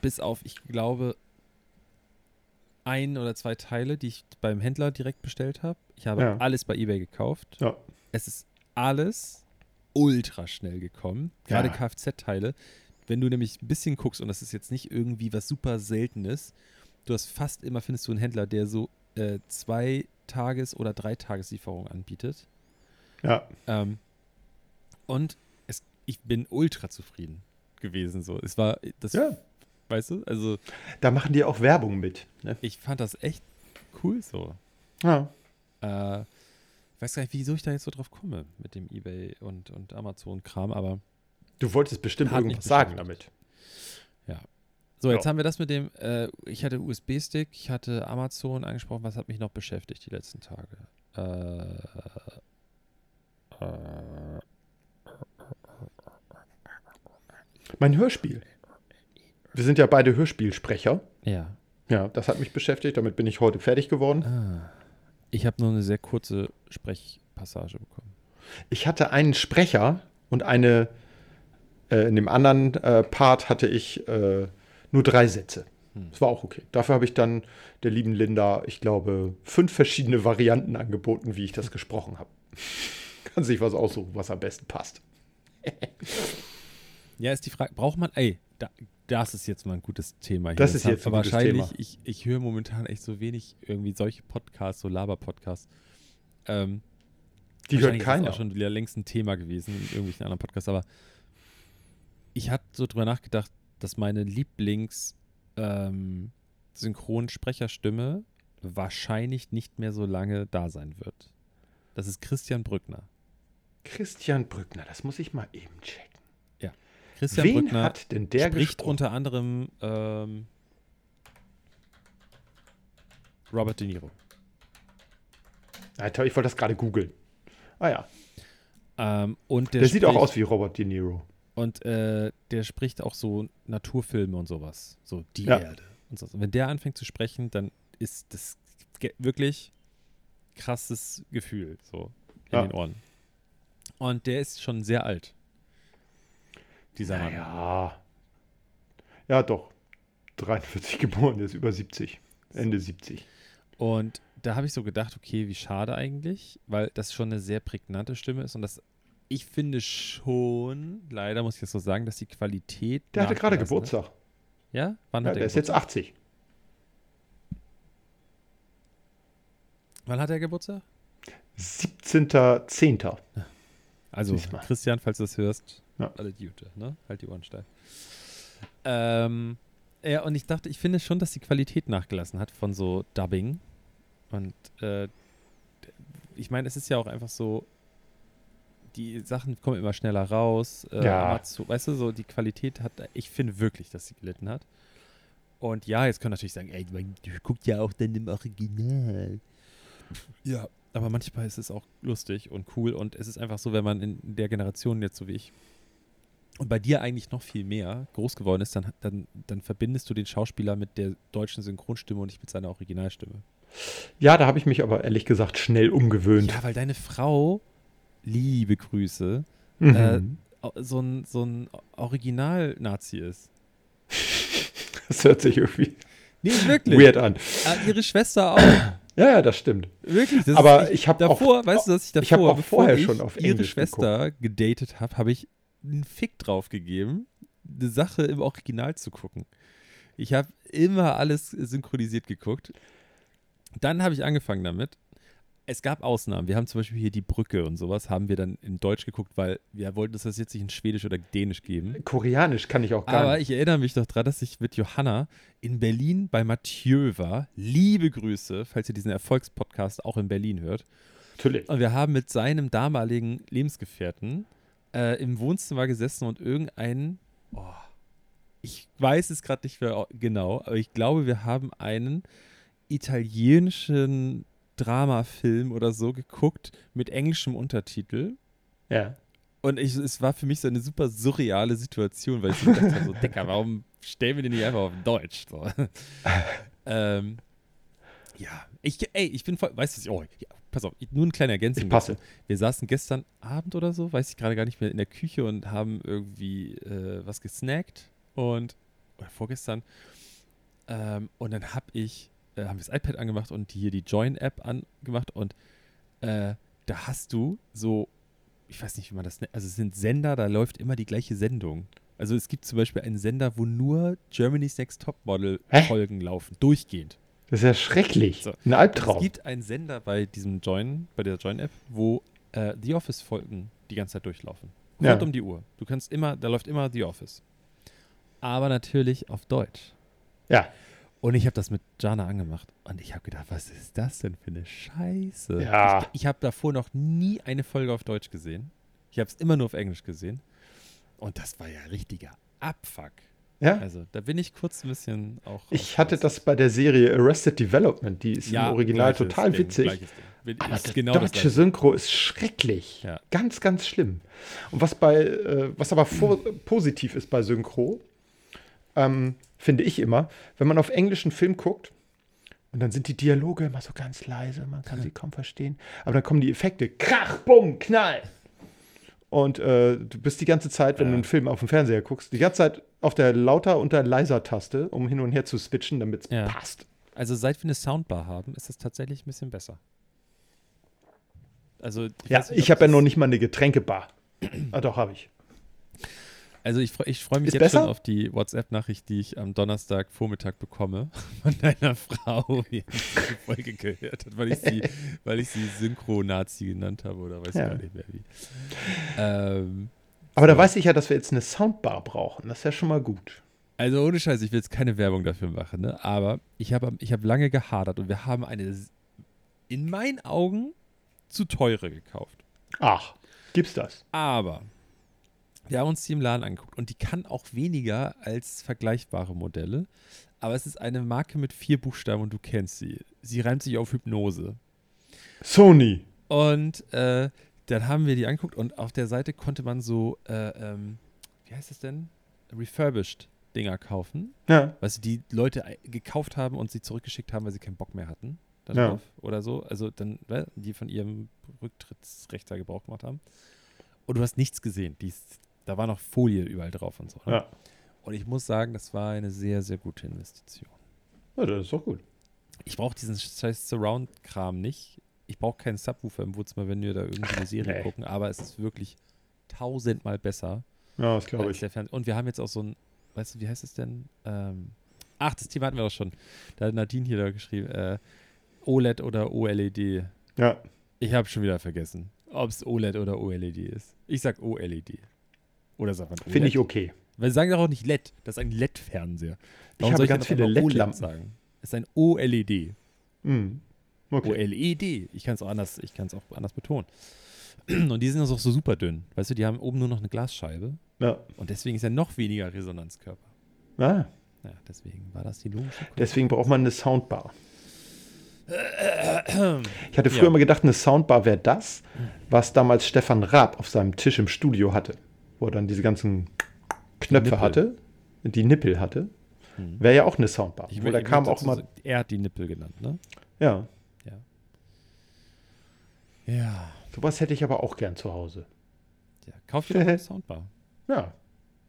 Speaker 3: Bis auf, ich glaube, ein oder zwei Teile, die ich beim Händler direkt bestellt habe. Ich habe
Speaker 2: Ja.
Speaker 3: alles bei eBay gekauft.
Speaker 2: Ja.
Speaker 3: Es ist alles ultra schnell gekommen. Gerade
Speaker 2: Ja.
Speaker 3: Kfz-Teile. Wenn du nämlich ein bisschen guckst, und das ist jetzt nicht irgendwie was super Seltenes, du hast fast immer findest du einen Händler, der so äh, zwei Tages- oder drei Tageslieferungen anbietet.
Speaker 2: Ja.
Speaker 3: Ähm, und es, ich bin ultra zufrieden gewesen. So, es war das,
Speaker 2: Ja.
Speaker 3: weißt du? Also
Speaker 2: Da machen die auch Werbung mit. Ne?
Speaker 3: ich fand das echt cool so.
Speaker 2: Ja.
Speaker 3: Äh, ich weiß gar nicht, wieso ich da jetzt so drauf komme mit dem eBay und und Amazon Kram, aber
Speaker 2: Du wolltest bestimmt
Speaker 3: Hat mich
Speaker 2: irgendwas sagen
Speaker 3: beschäftigt.
Speaker 2: damit.
Speaker 3: so jetzt
Speaker 2: Ja.
Speaker 3: haben wir das mit dem. Äh, ich hatte USB-Stick, ich hatte Amazon angesprochen. Was hat mich noch beschäftigt die letzten Tage? Äh, äh,
Speaker 2: Mein Hörspiel. Wir sind ja beide Hörspielsprecher.
Speaker 3: Ja.
Speaker 2: Ja, das hat mich beschäftigt. Damit bin ich heute fertig geworden.
Speaker 3: Ah. Ich habe nur eine sehr kurze Sprechpassage bekommen.
Speaker 2: Ich hatte einen Sprecher und eine, äh, in dem anderen äh, Part hatte ich äh, nur drei Sätze.
Speaker 3: Hm.
Speaker 2: Das war auch okay. Dafür habe ich dann der lieben Linda, ich glaube, fünf verschiedene Varianten angeboten, wie ich das gesprochen habe. [LAUGHS] Kann sich was aussuchen, was am besten passt.
Speaker 3: Ja, ist die Frage, braucht man, ey, da, das ist jetzt mal ein gutes Thema. Hier.
Speaker 2: Das ist
Speaker 3: haben-
Speaker 2: jetzt ein
Speaker 3: aber
Speaker 2: gutes
Speaker 3: wahrscheinlich,
Speaker 2: Thema.
Speaker 3: ich, ich höre momentan echt so wenig irgendwie solche Podcasts, so Laber-Podcasts. Ähm,
Speaker 2: Die hört
Speaker 3: wahrscheinlich ist das
Speaker 2: keiner.
Speaker 3: auch schon wieder längst ein Thema gewesen in irgendwelchen anderen Podcasts, aber ich habe so drüber nachgedacht, dass meine ähm, Lieblings-Synchronsprecherstimme wahrscheinlich nicht mehr so lange da sein wird. Das ist Christian Brückner.
Speaker 2: Christian Brückner, das muss ich mal eben checken.
Speaker 3: Christian
Speaker 2: Wen
Speaker 3: Brückner
Speaker 2: hat denn der
Speaker 3: spricht
Speaker 2: gesprochen?
Speaker 3: unter anderem ähm, Robert De Niro.
Speaker 2: Alter, ich wollte das gerade googeln. Ah ja,
Speaker 3: Ähm, und der,
Speaker 2: der, sieht auch
Speaker 3: spricht-
Speaker 2: aus wie Robert De Niro.
Speaker 3: Und äh, der spricht auch so Naturfilme und sowas. So die
Speaker 2: Ja.
Speaker 3: Erde und so. Und wenn der anfängt zu sprechen, dann ist das ge- wirklich krasses Gefühl so in
Speaker 2: Ja.
Speaker 3: den Ohren. Und der ist schon sehr alt. Dieser Mann.
Speaker 2: Ja. Ja, doch. 43 geboren, der ist über 70. Ende 70.
Speaker 3: Und da habe ich so gedacht, okay, wie schade eigentlich, weil das schon eine sehr prägnante Stimme ist und das ich finde schon, leider muss ich das so sagen, dass die Qualität.
Speaker 2: Der hatte gerade
Speaker 3: nachgelassen
Speaker 2: Geburtstag.
Speaker 3: hat. Ja? Wann
Speaker 2: Ja,
Speaker 3: hat
Speaker 2: der
Speaker 3: er
Speaker 2: ist jetzt
Speaker 3: Geburtstag?
Speaker 2: 80.
Speaker 3: Wann hat er Geburtstag?
Speaker 2: 17.10.
Speaker 3: Also,
Speaker 2: Siehst mal.
Speaker 3: Christian, falls du das hörst,
Speaker 2: Ja.
Speaker 3: alle Jute, ne? Halt die Ohren steif. Ähm, ja, und ich dachte, ich finde schon, dass die Qualität nachgelassen hat von so Dubbing. Und äh, d- ich meine, es ist ja auch einfach so, die Sachen kommen immer schneller raus. Äh,
Speaker 2: Ja.
Speaker 3: immer Zu, weißt du, so die Qualität hat, ich finde wirklich, dass sie gelitten hat. Und ja, jetzt können natürlich sagen, ey, man guckt ja auch dann im Original. Ja, aber manchmal ist es auch lustig und cool und es ist einfach so, wenn man in der Generation jetzt so wie ich und bei dir eigentlich noch viel mehr groß geworden ist, dann, dann, dann verbindest du den Schauspieler mit der deutschen Synchronstimme und nicht mit seiner Originalstimme.
Speaker 2: Ja, da habe ich mich aber ehrlich gesagt schnell umgewöhnt.
Speaker 3: Ja, weil deine Frau, liebe Grüße,
Speaker 2: Mhm.
Speaker 3: au- so ein, so ein Original-Nazi ist.
Speaker 2: das hört sich irgendwie
Speaker 3: äh, Nee, wirklich.
Speaker 2: weird an.
Speaker 3: Äh, ihre Schwester auch.
Speaker 2: Ja, ja, das stimmt.
Speaker 3: Wirklich. Das
Speaker 2: Aber
Speaker 3: ist,
Speaker 2: ich hab auch-
Speaker 3: davor, weißt du, dass ich davor,
Speaker 2: ich hab auch
Speaker 3: bevor
Speaker 2: vorher
Speaker 3: ich
Speaker 2: schon auf
Speaker 3: ihre
Speaker 2: Englisch
Speaker 3: Schwester gedatet habe, habe ich einen Fick drauf gegeben, eine Sache im Original zu gucken. Ich habe immer alles synchronisiert geguckt. Dann habe ich angefangen damit. Es gab Ausnahmen. Wir haben zum Beispiel hier die Brücke und sowas, haben wir dann in Deutsch geguckt, weil wir wollten, dass das jetzt nicht in Schwedisch oder Dänisch geben.
Speaker 2: Koreanisch kann ich auch gar
Speaker 3: Aber
Speaker 2: nicht.
Speaker 3: ich erinnere mich noch dran, dass ich mit Johanna in Berlin bei Mathieu war. Liebe Grüße, falls ihr diesen Erfolgspodcast auch in Berlin hört.
Speaker 2: Natürlich.
Speaker 3: Und wir haben mit seinem damaligen Lebensgefährten äh, im Wohnzimmer gesessen und irgendeinen, oh, ich weiß es gerade nicht mehr genau, aber ich glaube, wir haben einen italienischen Dramafilm oder so geguckt mit englischem Untertitel.
Speaker 2: Ja.
Speaker 3: Und ich, es war für mich so eine super surreale Situation, weil ich so gedacht habe, so, Decker, warum stellen wir den nicht einfach auf Deutsch? So. ähm, ja, ich, ey, ich bin voll, weißt du, oh, ja, pass auf, ich- nur eine kleine Ergänzung.
Speaker 2: Ich passe.
Speaker 3: dazu. Wir saßen gestern Abend oder so, weiß ich gerade gar nicht mehr, in der Küche und haben irgendwie äh, was gesnackt und, oder vorgestern, ähm, und dann habe ich, äh, haben wir das iPad angemacht und hier die Join-App angemacht und äh, da hast du so, ich weiß nicht, wie man das nennt, also es sind Sender, da läuft immer die gleiche Sendung. Also es gibt zum Beispiel einen Sender, wo nur Germany's Next Topmodel
Speaker 2: Hä?
Speaker 3: Folgen laufen, durchgehend.
Speaker 2: Das ist ja schrecklich.
Speaker 3: So.
Speaker 2: Ein
Speaker 3: Es
Speaker 2: Albtraum.
Speaker 3: gibt einen Sender bei diesem Join, bei der Join-App, wo äh, The Office Folgen die ganze Zeit durchlaufen.
Speaker 2: Ja.
Speaker 3: Rund um die Uhr. Du kannst immer, da läuft immer The Office. Aber natürlich auf Deutsch.
Speaker 2: Ja.
Speaker 3: Und ich habe das mit Jana angemacht und ich habe gedacht, was ist das denn für eine Scheiße?
Speaker 2: Ja.
Speaker 3: Ich, ich habe davor noch nie eine Folge auf Deutsch gesehen. Ich habe es immer nur auf Englisch gesehen. Und das war ja richtiger Abfuck.
Speaker 2: Ja?
Speaker 3: Also, da bin ich kurz ein bisschen auch.
Speaker 2: Ich hatte das bei der Serie Arrested Development, die ist im Original
Speaker 3: gleiches
Speaker 2: total
Speaker 3: Ding,
Speaker 2: witzig.
Speaker 3: gleiches Ding. Bin-
Speaker 2: Aber
Speaker 3: ist
Speaker 2: das
Speaker 3: genau das
Speaker 2: deutsche
Speaker 3: Gleiche.
Speaker 2: Synchro ist schrecklich.
Speaker 3: Ja.
Speaker 2: Ganz, ganz schlimm. Und was bei, äh, was aber vor, positiv ist bei Synchro, ähm, finde ich immer, wenn man auf englischen Film guckt, und dann sind die Dialoge immer so ganz leise, man kann sie kaum verstehen. Aber dann kommen die Effekte. Krach, bumm, knall. Und äh, du bist die ganze Zeit, wenn
Speaker 3: Ja.
Speaker 2: du einen Film auf dem Fernseher guckst, die ganze Zeit auf der lauter und der leiser Taste, um hin und her zu switchen, damit es
Speaker 3: Ja.
Speaker 2: passt.
Speaker 3: Also, seit wir eine Soundbar haben, ist es tatsächlich ein bisschen besser. Also,
Speaker 2: Ja,
Speaker 3: weiß nicht,
Speaker 2: ich
Speaker 3: ob
Speaker 2: habe ja
Speaker 3: das-
Speaker 2: noch nicht mal eine Getränkebar. ah, doch, habe ich.
Speaker 3: Also ich, freu- ich freue mich
Speaker 2: Ist
Speaker 3: jetzt schon
Speaker 2: besser?
Speaker 3: auf die WhatsApp-Nachricht, die ich am Donnerstag Vormittag bekomme [LAUGHS] von deiner Frau, die die Folge gehört hat, weil ich [LAUGHS] sie, weil ich sie Synchro-Nazi genannt habe oder weiß
Speaker 2: Ja.
Speaker 3: gar nicht mehr wie. Ähm,
Speaker 2: Aber da weiß ich ja, dass wir jetzt eine Soundbar brauchen. Das ist ja schon mal gut.
Speaker 3: also ohne Scheiß, ich will jetzt keine Werbung dafür machen, ne? aber ich habe am- ich habe lange gehadert und wir haben eine s- in meinen Augen zu teure gekauft.
Speaker 2: Ach, gibt's das?
Speaker 3: Aber wir haben uns die im Laden angeguckt und die kann auch weniger als vergleichbare Modelle. Aber es ist eine Marke mit vier Buchstaben und du kennst sie. Sie reimt sich auf Hypnose.
Speaker 2: Sony.
Speaker 3: Und äh, dann haben wir die angeguckt und auf der Seite konnte man so, äh, ähm, wie heißt es denn? Refurbished Dinger kaufen.
Speaker 2: Ja.
Speaker 3: Weißt du, die Leute ei- gekauft haben und sie zurückgeschickt haben, weil sie keinen Bock mehr hatten
Speaker 2: Ja.
Speaker 3: darauf oder so. Also dann, ne, die von ihrem Rücktrittsrecht da Gebrauch gemacht haben. Und du hast nichts gesehen. Die ist, da war noch Folie überall drauf und so. ne?
Speaker 2: Ja.
Speaker 3: Und ich muss sagen, das war eine sehr, sehr gute Investition.
Speaker 2: ja, das ist doch gut.
Speaker 3: Ich brauche diesen scheiß Surround-Kram nicht. Ich brauche keinen Subwoofer im Wohnzimmer, wenn wir da irgendwie eine Serie
Speaker 2: nee.
Speaker 3: gucken. Aber es ist wirklich tausendmal besser.
Speaker 2: Ja, das glaube
Speaker 3: Als
Speaker 2: ich.
Speaker 3: Äh, der Fernse- Und wir haben jetzt auch so ein, weißt du, wie heißt es denn? Ähm, ach, das Thema hatten wir doch schon. Da hat Nadine hier da geschrieben, äh, OLED oder OLED.
Speaker 2: Ja.
Speaker 3: Ich habe schon wieder vergessen, ob es OLED E oder OLED ist. Ich sag OLED. Oder sagt man OLED?
Speaker 2: Finde ich okay.
Speaker 3: Weil sie sagen doch auch nicht LED, das ist ein LED-Fernseher. Warum
Speaker 2: habe
Speaker 3: soll
Speaker 2: ganz
Speaker 3: denn
Speaker 2: viele
Speaker 3: auf
Speaker 2: E
Speaker 3: einmal
Speaker 2: LED-Lampen.
Speaker 3: E sagen? Es ist ein E OLED.
Speaker 2: Hm. Okay.
Speaker 3: OLED. E Ich kann es auch anders, ich kann es auch anders betonen. Und die sind also auch so super dünn. Weißt du, die haben oben nur noch eine Glasscheibe.
Speaker 2: Oh, Ja.
Speaker 3: Und deswegen ist ja noch weniger Resonanzkörper.
Speaker 2: Ah,
Speaker 3: Ja, deswegen war das die logische Kon-
Speaker 2: deswegen braucht man eine Soundbar. Ich hatte früher
Speaker 3: Ja.
Speaker 2: immer gedacht, eine Soundbar wäre das, was damals Stefan Raab auf seinem Tisch im Studio hatte, wo er dann diese ganzen Knöpfe
Speaker 3: Nippel.
Speaker 2: hatte, die Nippel hatte.
Speaker 3: Hm.
Speaker 2: Wäre ja auch eine Soundbar.
Speaker 3: Ich
Speaker 2: Wo
Speaker 3: will-
Speaker 2: da
Speaker 3: ich
Speaker 2: kam
Speaker 3: muss
Speaker 2: auch
Speaker 3: dazu
Speaker 2: mal.
Speaker 3: sagen, Er hat die Nippel genannt, ne?
Speaker 2: Ja,
Speaker 3: Ja.
Speaker 2: sowas hätte ich aber auch gern zu Hause.
Speaker 3: ja. Kauf dir doch
Speaker 2: [LAUGHS]
Speaker 3: mal eine Soundbar.
Speaker 2: Ja,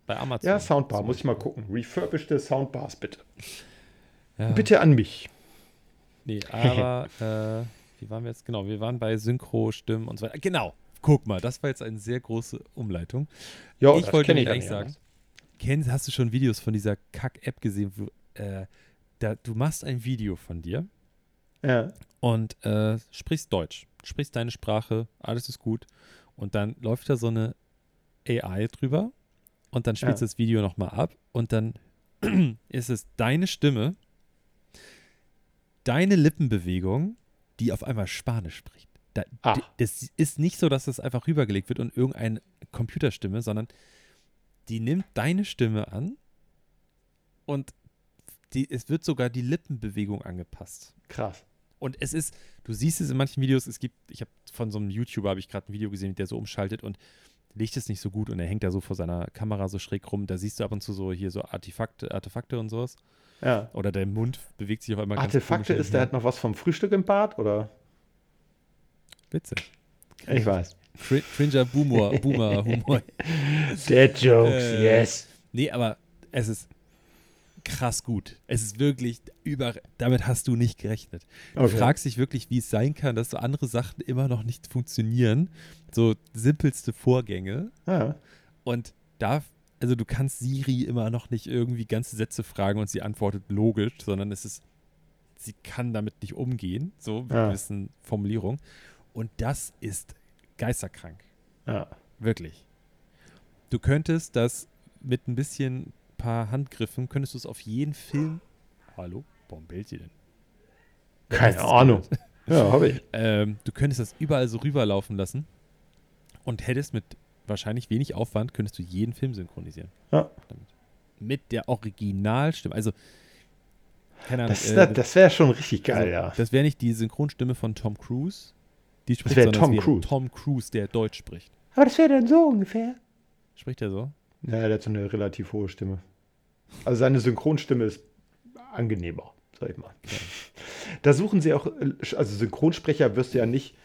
Speaker 3: Bei Amazon.
Speaker 2: ja Soundbar,
Speaker 3: zum
Speaker 2: muss ich mal gucken. Refurbished Soundbars bitte.
Speaker 3: Beispiel. Ja.
Speaker 2: Bitte an mich.
Speaker 3: Nee, aber äh, wie waren wir jetzt? Genau, wir waren bei Synchro, Stimmen und so weiter. Genau, guck mal, das war jetzt eine sehr große Umleitung.
Speaker 2: Ja,
Speaker 3: ich
Speaker 2: das
Speaker 3: wollte
Speaker 2: kenn
Speaker 3: nämlich
Speaker 2: dann ja.
Speaker 3: eigentlich sagen, kennst, hast du schon Videos von dieser Kack-App gesehen? Wo, äh, da, du machst ein Video von dir
Speaker 2: Ja.
Speaker 3: und äh, sprichst Deutsch, sprichst deine Sprache, alles ist gut. Und dann läuft da so eine AI drüber und dann spielst du
Speaker 2: Ja.
Speaker 3: das Video nochmal ab und dann [CLEARS THROAT] ist es deine Stimme, deine Lippenbewegung, die auf einmal Spanisch spricht. Da,
Speaker 2: Ah.
Speaker 3: d- Das ist nicht so, dass das einfach rübergelegt wird und irgendeine Computerstimme, sondern die nimmt deine Stimme an und die, es wird sogar die Lippenbewegung angepasst.
Speaker 2: Krass.
Speaker 3: Und es ist, du siehst es in manchen Videos, es gibt, ich habe von so einem YouTuber habe ich gerade ein Video gesehen, der so umschaltet und Licht ist nicht so gut und er hängt da so vor seiner Kamera so schräg rum. Da siehst du ab und zu so hier so Artefakte, Artefakte und sowas.
Speaker 2: Ja.
Speaker 3: Oder der Mund bewegt sich auf einmal ganz
Speaker 2: Artefakte
Speaker 3: komisch
Speaker 2: ist, der
Speaker 3: hin
Speaker 2: hat noch was vom Frühstück im Bad oder?
Speaker 3: und her. Witzig.
Speaker 2: Ich weiß.
Speaker 3: Cri-
Speaker 2: [LAUGHS]
Speaker 3: Cringer Boomer, Boomer Humor.
Speaker 2: Dead Jokes,
Speaker 3: Äh,
Speaker 2: yes.
Speaker 3: Nee, aber es ist krass gut. Es ist wirklich über, damit hast du nicht gerechnet. Du
Speaker 2: Okay.
Speaker 3: fragst dich wirklich, wie es sein kann, dass so andere Sachen immer noch nicht funktionieren. So simpelste Vorgänge.
Speaker 2: Ja.
Speaker 3: Und da, also du kannst Siri immer noch nicht irgendwie ganze Sätze fragen und sie antwortet logisch, sondern es ist, sie kann damit nicht umgehen, so mit
Speaker 2: Ja.
Speaker 3: gewissen Formulierungen. Und das ist geisterkrank.
Speaker 2: ja.
Speaker 3: Wirklich. Du könntest das mit ein bisschen paar Handgriffen, könntest du es auf jeden Film. Hallo? Warum bellt sie denn?
Speaker 2: Keine Ahnung. Ja, habe ich.
Speaker 3: Ähm, du könntest das überall so rüberlaufen lassen und hättest mit wahrscheinlich wenig Aufwand, könntest du jeden Film synchronisieren.
Speaker 2: Ja.
Speaker 3: Damit. mit der Originalstimme. Also, keine Ahnung.
Speaker 2: Das,
Speaker 3: äh,
Speaker 2: das, das wäre schon richtig geil,
Speaker 3: also,
Speaker 2: ja.
Speaker 3: Das wäre nicht die Synchronstimme von Tom Cruise. Die spricht,
Speaker 2: wäre
Speaker 3: sondern
Speaker 2: Tom
Speaker 3: es wäre
Speaker 2: Cruise.
Speaker 3: Tom Cruise, der Deutsch spricht.
Speaker 2: Aber das wäre dann so ungefähr.
Speaker 3: Spricht er so?
Speaker 2: Ja, der hat so eine relativ hohe Stimme. Also seine Synchronstimme ist angenehmer, sag ich mal. Da suchen sie auch, äh, also Synchronsprecher wirst du ja nicht,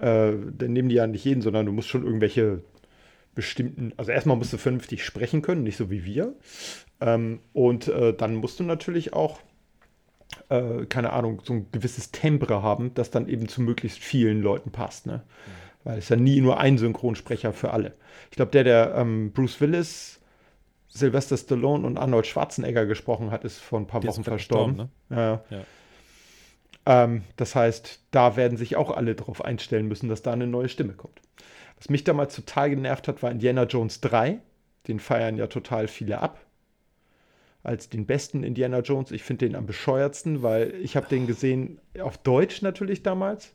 Speaker 2: äh, dann nehmen die ja nicht jeden, sondern du musst schon irgendwelche bestimmten, also erstmal musst du vernünftig sprechen können, nicht so wie wir. Ähm, und äh, dann musst du natürlich auch, äh, keine Ahnung, so ein gewisses Timbre haben, das dann eben zu möglichst vielen Leuten passt, ne? Weil es ja nie nur ein Synchronsprecher für alle. Ich glaube, der, der ähm, Bruce Willis, Sylvester Stallone und Arnold Schwarzenegger gesprochen hat, ist vor ein paar
Speaker 3: Der ist ne?
Speaker 2: Wochen
Speaker 3: verstorben,
Speaker 2: verstorben. Ja.
Speaker 3: Ja.
Speaker 2: Ähm, das heißt, da werden sich auch alle darauf einstellen müssen, dass da eine neue Stimme kommt. Was mich damals total genervt hat, war Indiana Jones 3. Den feiern ja total viele ab. Als den besten Indiana Jones. Ich finde den am bescheuertsten, weil ich habe den gesehen auf Deutsch natürlich damals.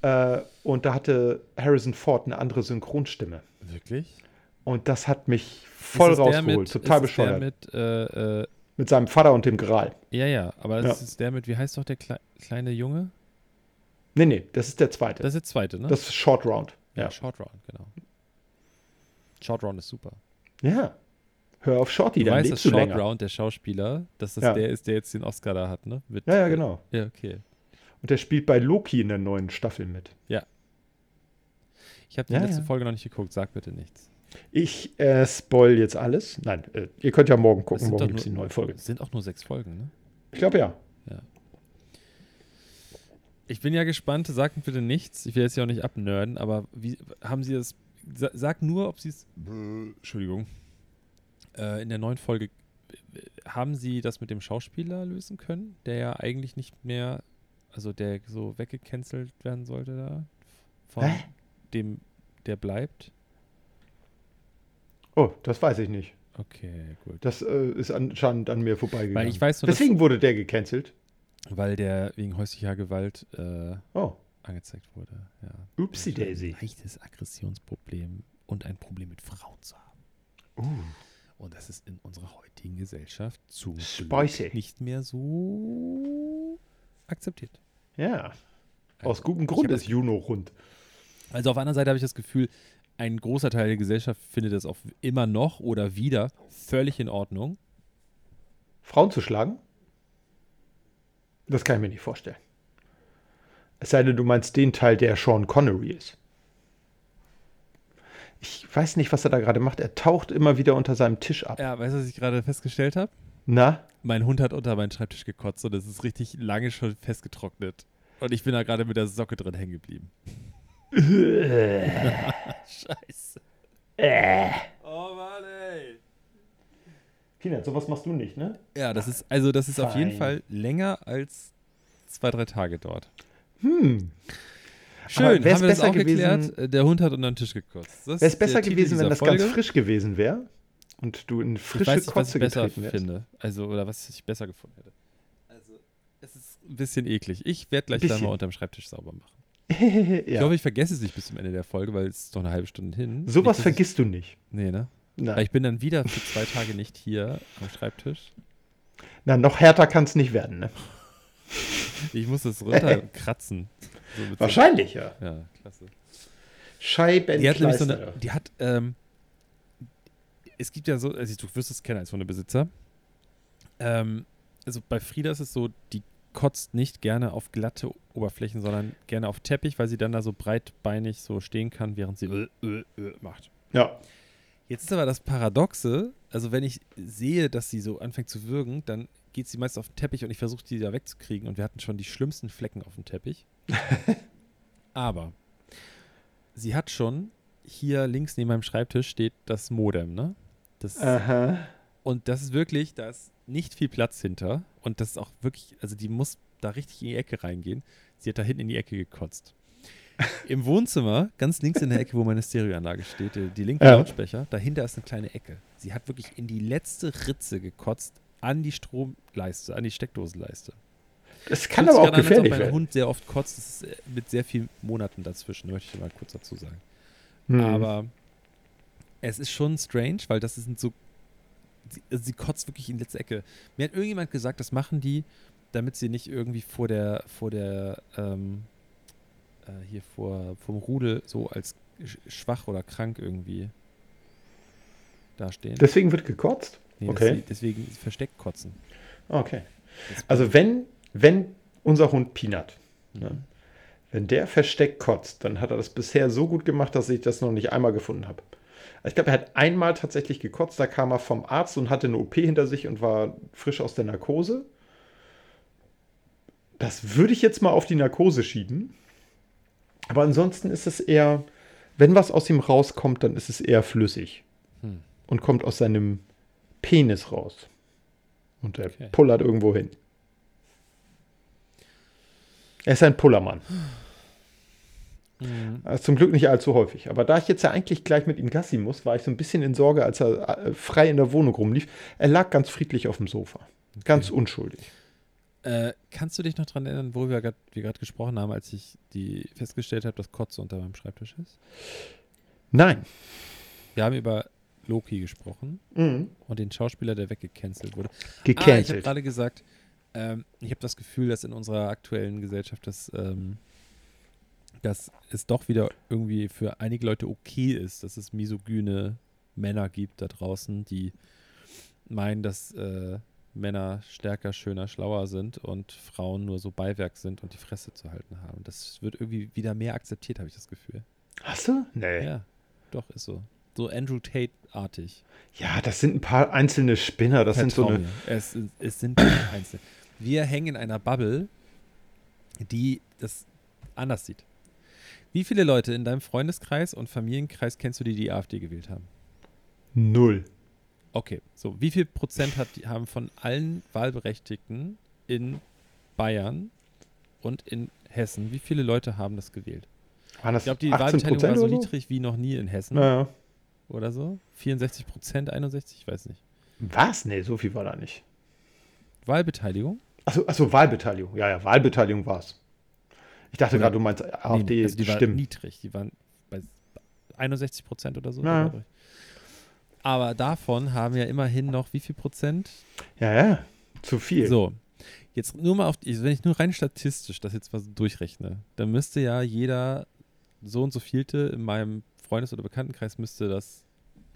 Speaker 2: Äh, und da hatte Harrison Ford eine andere Synchronstimme.
Speaker 3: Wirklich?
Speaker 2: Und das hat mich voll
Speaker 3: Ist es der
Speaker 2: rausgeholt.
Speaker 3: mit-
Speaker 2: total
Speaker 3: ist es der
Speaker 2: bescheuert. Mit,
Speaker 3: mit, äh, äh,
Speaker 2: seinem Vater und dem Gral.
Speaker 3: ja, ja, aber
Speaker 2: Ja.
Speaker 3: es ist der mit, wie heißt doch der Kle kleine Junge?
Speaker 2: Nee, nee, das ist der zweite.
Speaker 3: Das
Speaker 2: Das,
Speaker 3: ist der zweite, ne?
Speaker 2: ist Short Round. Ja.
Speaker 3: Short Round, genau. Short Round ist super.
Speaker 2: ja. Hör auf Shorty,
Speaker 3: Du
Speaker 2: dann
Speaker 3: weißt, dass
Speaker 2: lebst du
Speaker 3: Short
Speaker 2: länger.
Speaker 3: Round, der Schauspieler, dass das
Speaker 2: Ja.
Speaker 3: der ist, der jetzt den Oscar da hat, ne? Mit,
Speaker 2: Ja, ja, genau.
Speaker 3: Ja, okay.
Speaker 2: Und der spielt bei Loki in der neuen Staffel mit.
Speaker 3: Ich habe die
Speaker 2: Ja,
Speaker 3: letzte
Speaker 2: ja.
Speaker 3: Folge noch nicht geguckt, sag bitte nichts.
Speaker 2: Ich äh, spoil jetzt alles. Nein, äh, ihr könnt ja morgen
Speaker 3: Es
Speaker 2: gucken.
Speaker 3: sind doch
Speaker 2: Morgen gibt es die
Speaker 3: nur-
Speaker 2: neue Folge.
Speaker 3: Es sind auch nur sechs Folgen, ne?
Speaker 2: Ich glaube ja.
Speaker 3: Ich bin ja gespannt, sag bitte nichts. Ich will jetzt ja auch nicht abnörden, aber wie haben Sie das? sa- Sag nur, ob Sie es. Entschuldigung. Äh, in der neuen Folge äh, haben Sie das mit dem Schauspieler lösen können, der ja eigentlich nicht mehr, also der so weggecancelt werden sollte da von
Speaker 2: Hä?
Speaker 3: dem, der bleibt.
Speaker 2: Oh, das weiß ich nicht.
Speaker 3: Okay, gut.
Speaker 2: Das äh, ist anscheinend an mir vorbeigegangen.
Speaker 3: Weil ich weiß nur, dass-
Speaker 2: Deswegen wurde der gecancelt.
Speaker 3: Weil der wegen häuslicher Gewalt äh,
Speaker 2: Oh,
Speaker 3: angezeigt wurde. Ja.
Speaker 2: Oopsie Daisy.
Speaker 3: Ein leichtes Aggressionsproblem und ein Problem mit Frauen zu haben.
Speaker 2: Uh.
Speaker 3: Und das ist in unserer heutigen Gesellschaft zu
Speaker 2: Spicy.
Speaker 3: nicht mehr so akzeptiert.
Speaker 2: Ja. Aus
Speaker 3: Also,
Speaker 2: gutem
Speaker 3: ich
Speaker 2: Grund
Speaker 3: hab
Speaker 2: ist Juno rund.
Speaker 3: Also auf der anderen Seite habe ich das Gefühl, ein großer Teil der Gesellschaft findet das auch immer noch oder wieder völlig in Ordnung.
Speaker 2: Frauen zu schlagen? Das kann ich mir nicht vorstellen. Es sei denn, du meinst den Teil, der Sean Connery ist. Ich weiß nicht, was er da gerade macht. Er taucht immer wieder unter seinem Tisch ab.
Speaker 3: Ja, weißt du, was ich gerade festgestellt habe?
Speaker 2: Na?
Speaker 3: Mein Hund hat unter meinen Schreibtisch gekotzt und es ist richtig lange schon festgetrocknet. Und ich bin da gerade mit der Socke drin
Speaker 2: [LAUGHS]
Speaker 3: hängen geblieben. [LAUGHS] Scheiße. Oh Mann, ey.
Speaker 2: Peanut, sowas machst du nicht, ne?
Speaker 3: Ja, das ist, also das ist auf jeden
Speaker 2: Fein.
Speaker 3: Fall länger als zwei, drei Tage dort.
Speaker 2: Hm.
Speaker 3: Schön,
Speaker 2: wär's
Speaker 3: haben wir das
Speaker 2: besser
Speaker 3: auch
Speaker 2: gewesen-
Speaker 3: geklärt. Äh, Der Hund hat unter den Tisch gekotzt. Das
Speaker 2: Wäre es
Speaker 3: ist der
Speaker 2: besser
Speaker 3: Titel
Speaker 2: gewesen, wenn
Speaker 3: dieser
Speaker 2: das ganz
Speaker 3: Folge.
Speaker 2: frisch gewesen wäre und du in frische
Speaker 3: ich weiß nicht, was
Speaker 2: Kotze
Speaker 3: ich besser
Speaker 2: getreten wärst?
Speaker 3: finde. Also, oder was ich besser gefunden hätte. Also, es ist ein bisschen eklig. Ich werde gleich da
Speaker 2: Bisschen.
Speaker 3: mal unterm Schreibtisch sauber machen. Ich
Speaker 2: ja.
Speaker 3: glaube, ich vergesse es nicht bis zum Ende der Folge, weil es ist doch eine halbe Stunde hin.
Speaker 2: Sowas
Speaker 3: nicht, dass ich-
Speaker 2: vergisst du nicht.
Speaker 3: Nee, ne?
Speaker 2: Na,
Speaker 3: Weil ich bin dann wieder für zwei Tage nicht hier am Schreibtisch.
Speaker 2: na noch härter kann es nicht werden, ne?
Speaker 3: Ich muss das runterkratzen. So mit so-
Speaker 2: Wahrscheinlich, ja.
Speaker 3: Ja, klasse.
Speaker 2: Scheiben.
Speaker 3: Die hat nämlich so eine, die hat, ähm, es gibt ja so, also du wirst es kennen als Hundebesitzer. Ähm, also bei Frieda ist es so, die kotzt nicht gerne auf glatte Oberflächen, sondern gerne auf Teppich, weil sie dann da so breitbeinig so stehen kann, während sie äh, äh, äh, macht.
Speaker 2: ja.
Speaker 3: Jetzt ist aber das Paradoxe, also wenn ich sehe, dass sie so anfängt zu würgen, dann geht sie meist auf den Teppich und ich versuche die da wegzukriegen und wir hatten schon die schlimmsten Flecken auf dem Teppich. aber sie hat schon hier links neben meinem Schreibtisch steht das Modem, ne? Das,
Speaker 2: Äh, Aha.
Speaker 3: Und das ist wirklich, da ist nicht viel Platz hinter und das ist auch wirklich, also die muss da richtig in die Ecke reingehen. Sie hat da hinten in die
Speaker 2: [LAUGHS]
Speaker 3: Ecke gekotzt. Im Wohnzimmer, ganz links in der Ecke, wo meine Stereoanlage steht, die, die linke
Speaker 2: Ja.
Speaker 3: Lautsprecher, dahinter ist eine kleine Ecke. Sie hat wirklich in die letzte Ritze gekotzt, an die Stromleiste, an die Steckdosenleiste.
Speaker 2: Es kann
Speaker 3: Fühlt
Speaker 2: aber
Speaker 3: sich
Speaker 2: auch
Speaker 3: an, als ob
Speaker 2: gefährlich
Speaker 3: mein
Speaker 2: werden.
Speaker 3: Hund sehr oft kotzt, das ist äh, mit sehr vielen Monaten dazwischen, möchte ich mal kurz dazu sagen.
Speaker 2: Hm.
Speaker 3: Aber es ist schon strange, weil das sind so sie, also sie kotzt wirklich in die letzte Ecke. Mir hat irgendjemand gesagt, das machen die, damit sie nicht irgendwie vor der, vor der, ähm, äh, hier vor, vom Rudel so als sch- schwach oder krank irgendwie dastehen.
Speaker 2: Deswegen wird gekotzt?
Speaker 3: Nee, dass
Speaker 2: okay.
Speaker 3: sie deswegen versteckt kotzen.
Speaker 2: Okay.
Speaker 3: Das-
Speaker 2: Also wenn, wenn unser Hund Peanut, ne, wenn der versteckt kotzt, dann hat er das bisher so gut gemacht, dass ich das noch nicht einmal gefunden habe. Also Ich glaube, er hat einmal tatsächlich gekotzt, da kam er vom Arzt und hatte eine OP hinter sich und war frisch aus der Narkose. Das würde ich jetzt mal auf die Narkose schieben. Aber ansonsten ist es eher, wenn was aus ihm rauskommt, dann ist es eher flüssig
Speaker 3: Hm.
Speaker 2: und kommt aus seinem Penis raus. Und er
Speaker 3: Okay.
Speaker 2: pullert irgendwo hin. Er ist ein Pullermann.
Speaker 3: Mhm.
Speaker 2: Also zum Glück nicht allzu häufig. Aber da ich jetzt ja eigentlich gleich mit ihm Gassi muss, war ich so ein bisschen in Sorge, als er äh, frei in der Wohnung rumlief. Er lag ganz friedlich auf dem Sofa. Ganz unschuldig.
Speaker 3: Äh, kannst du dich noch dran erinnern, worüber wir grad- wir gerade gesprochen haben, als ich die festgestellt habe, dass Kotze unter meinem Schreibtisch ist?
Speaker 2: Nein.
Speaker 3: Wir haben über Loki gesprochen
Speaker 2: Mhm.
Speaker 3: und den Schauspieler, der weggecancelt wurde. Ah, ich habe
Speaker 2: Gecancelt.
Speaker 3: gerade gesagt, ähm, ich habe das Gefühl, dass in unserer aktuellen Gesellschaft das, ähm, dass es doch wieder irgendwie für einige Leute okay ist, dass es misogyne Männer gibt da draußen, die meinen, dass äh, Männer stärker, schöner, schlauer sind und Frauen nur so Beiwerk sind und die Fresse zu halten haben. Das wird irgendwie wieder mehr akzeptiert, habe ich das Gefühl.
Speaker 2: Hast du? Nee. Ja.
Speaker 3: Ja, doch, ist so. So Andrew Tate-artig.
Speaker 2: das sind ein paar einzelne Spinner. Das sind so
Speaker 3: Vertrau
Speaker 2: eine.
Speaker 3: mir. Es, sind-
Speaker 2: [COUGHS]
Speaker 3: es sind einzelne. Wir hängen in einer Bubble, die das anders sieht. Wie viele Leute in deinem Freundeskreis und Familienkreis kennst du, die die AfD gewählt haben?
Speaker 2: Null.
Speaker 3: Okay, so wie viel Prozent hat, die, haben von allen Wahlberechtigten in Bayern und in Hessen, wie viele Leute haben das gewählt?
Speaker 2: Waren das
Speaker 3: Ich glaube, die
Speaker 2: 18
Speaker 3: Wahlbeteiligung war
Speaker 2: Prozent
Speaker 3: so
Speaker 2: oder so?
Speaker 3: niedrig wie noch nie in Hessen
Speaker 2: Naja.
Speaker 3: oder so. 64 Prozent, 61, ich weiß nicht.
Speaker 2: Was? Nee, so viel war da nicht.
Speaker 3: Wahlbeteiligung?
Speaker 2: Achso, achso, Wahlbeteiligung. Ja, ja, Wahlbeteiligung war es. Ich dachte
Speaker 3: Oder-
Speaker 2: gerade, du meinst AfD
Speaker 3: nee, also die waren
Speaker 2: stimmen.
Speaker 3: niedrig. Die waren bei 61 Prozent oder so.
Speaker 2: Ja.
Speaker 3: glaube ich. Aber davon haben ja immerhin noch wie viel Prozent?
Speaker 2: Ja, ja. Zu viel.
Speaker 3: So. Jetzt nur mal auf, die- also wenn ich nur rein statistisch das jetzt mal so durchrechne, dann müsste ja jeder so und so vielte in meinem Freundes- oder Bekanntenkreis müsste das.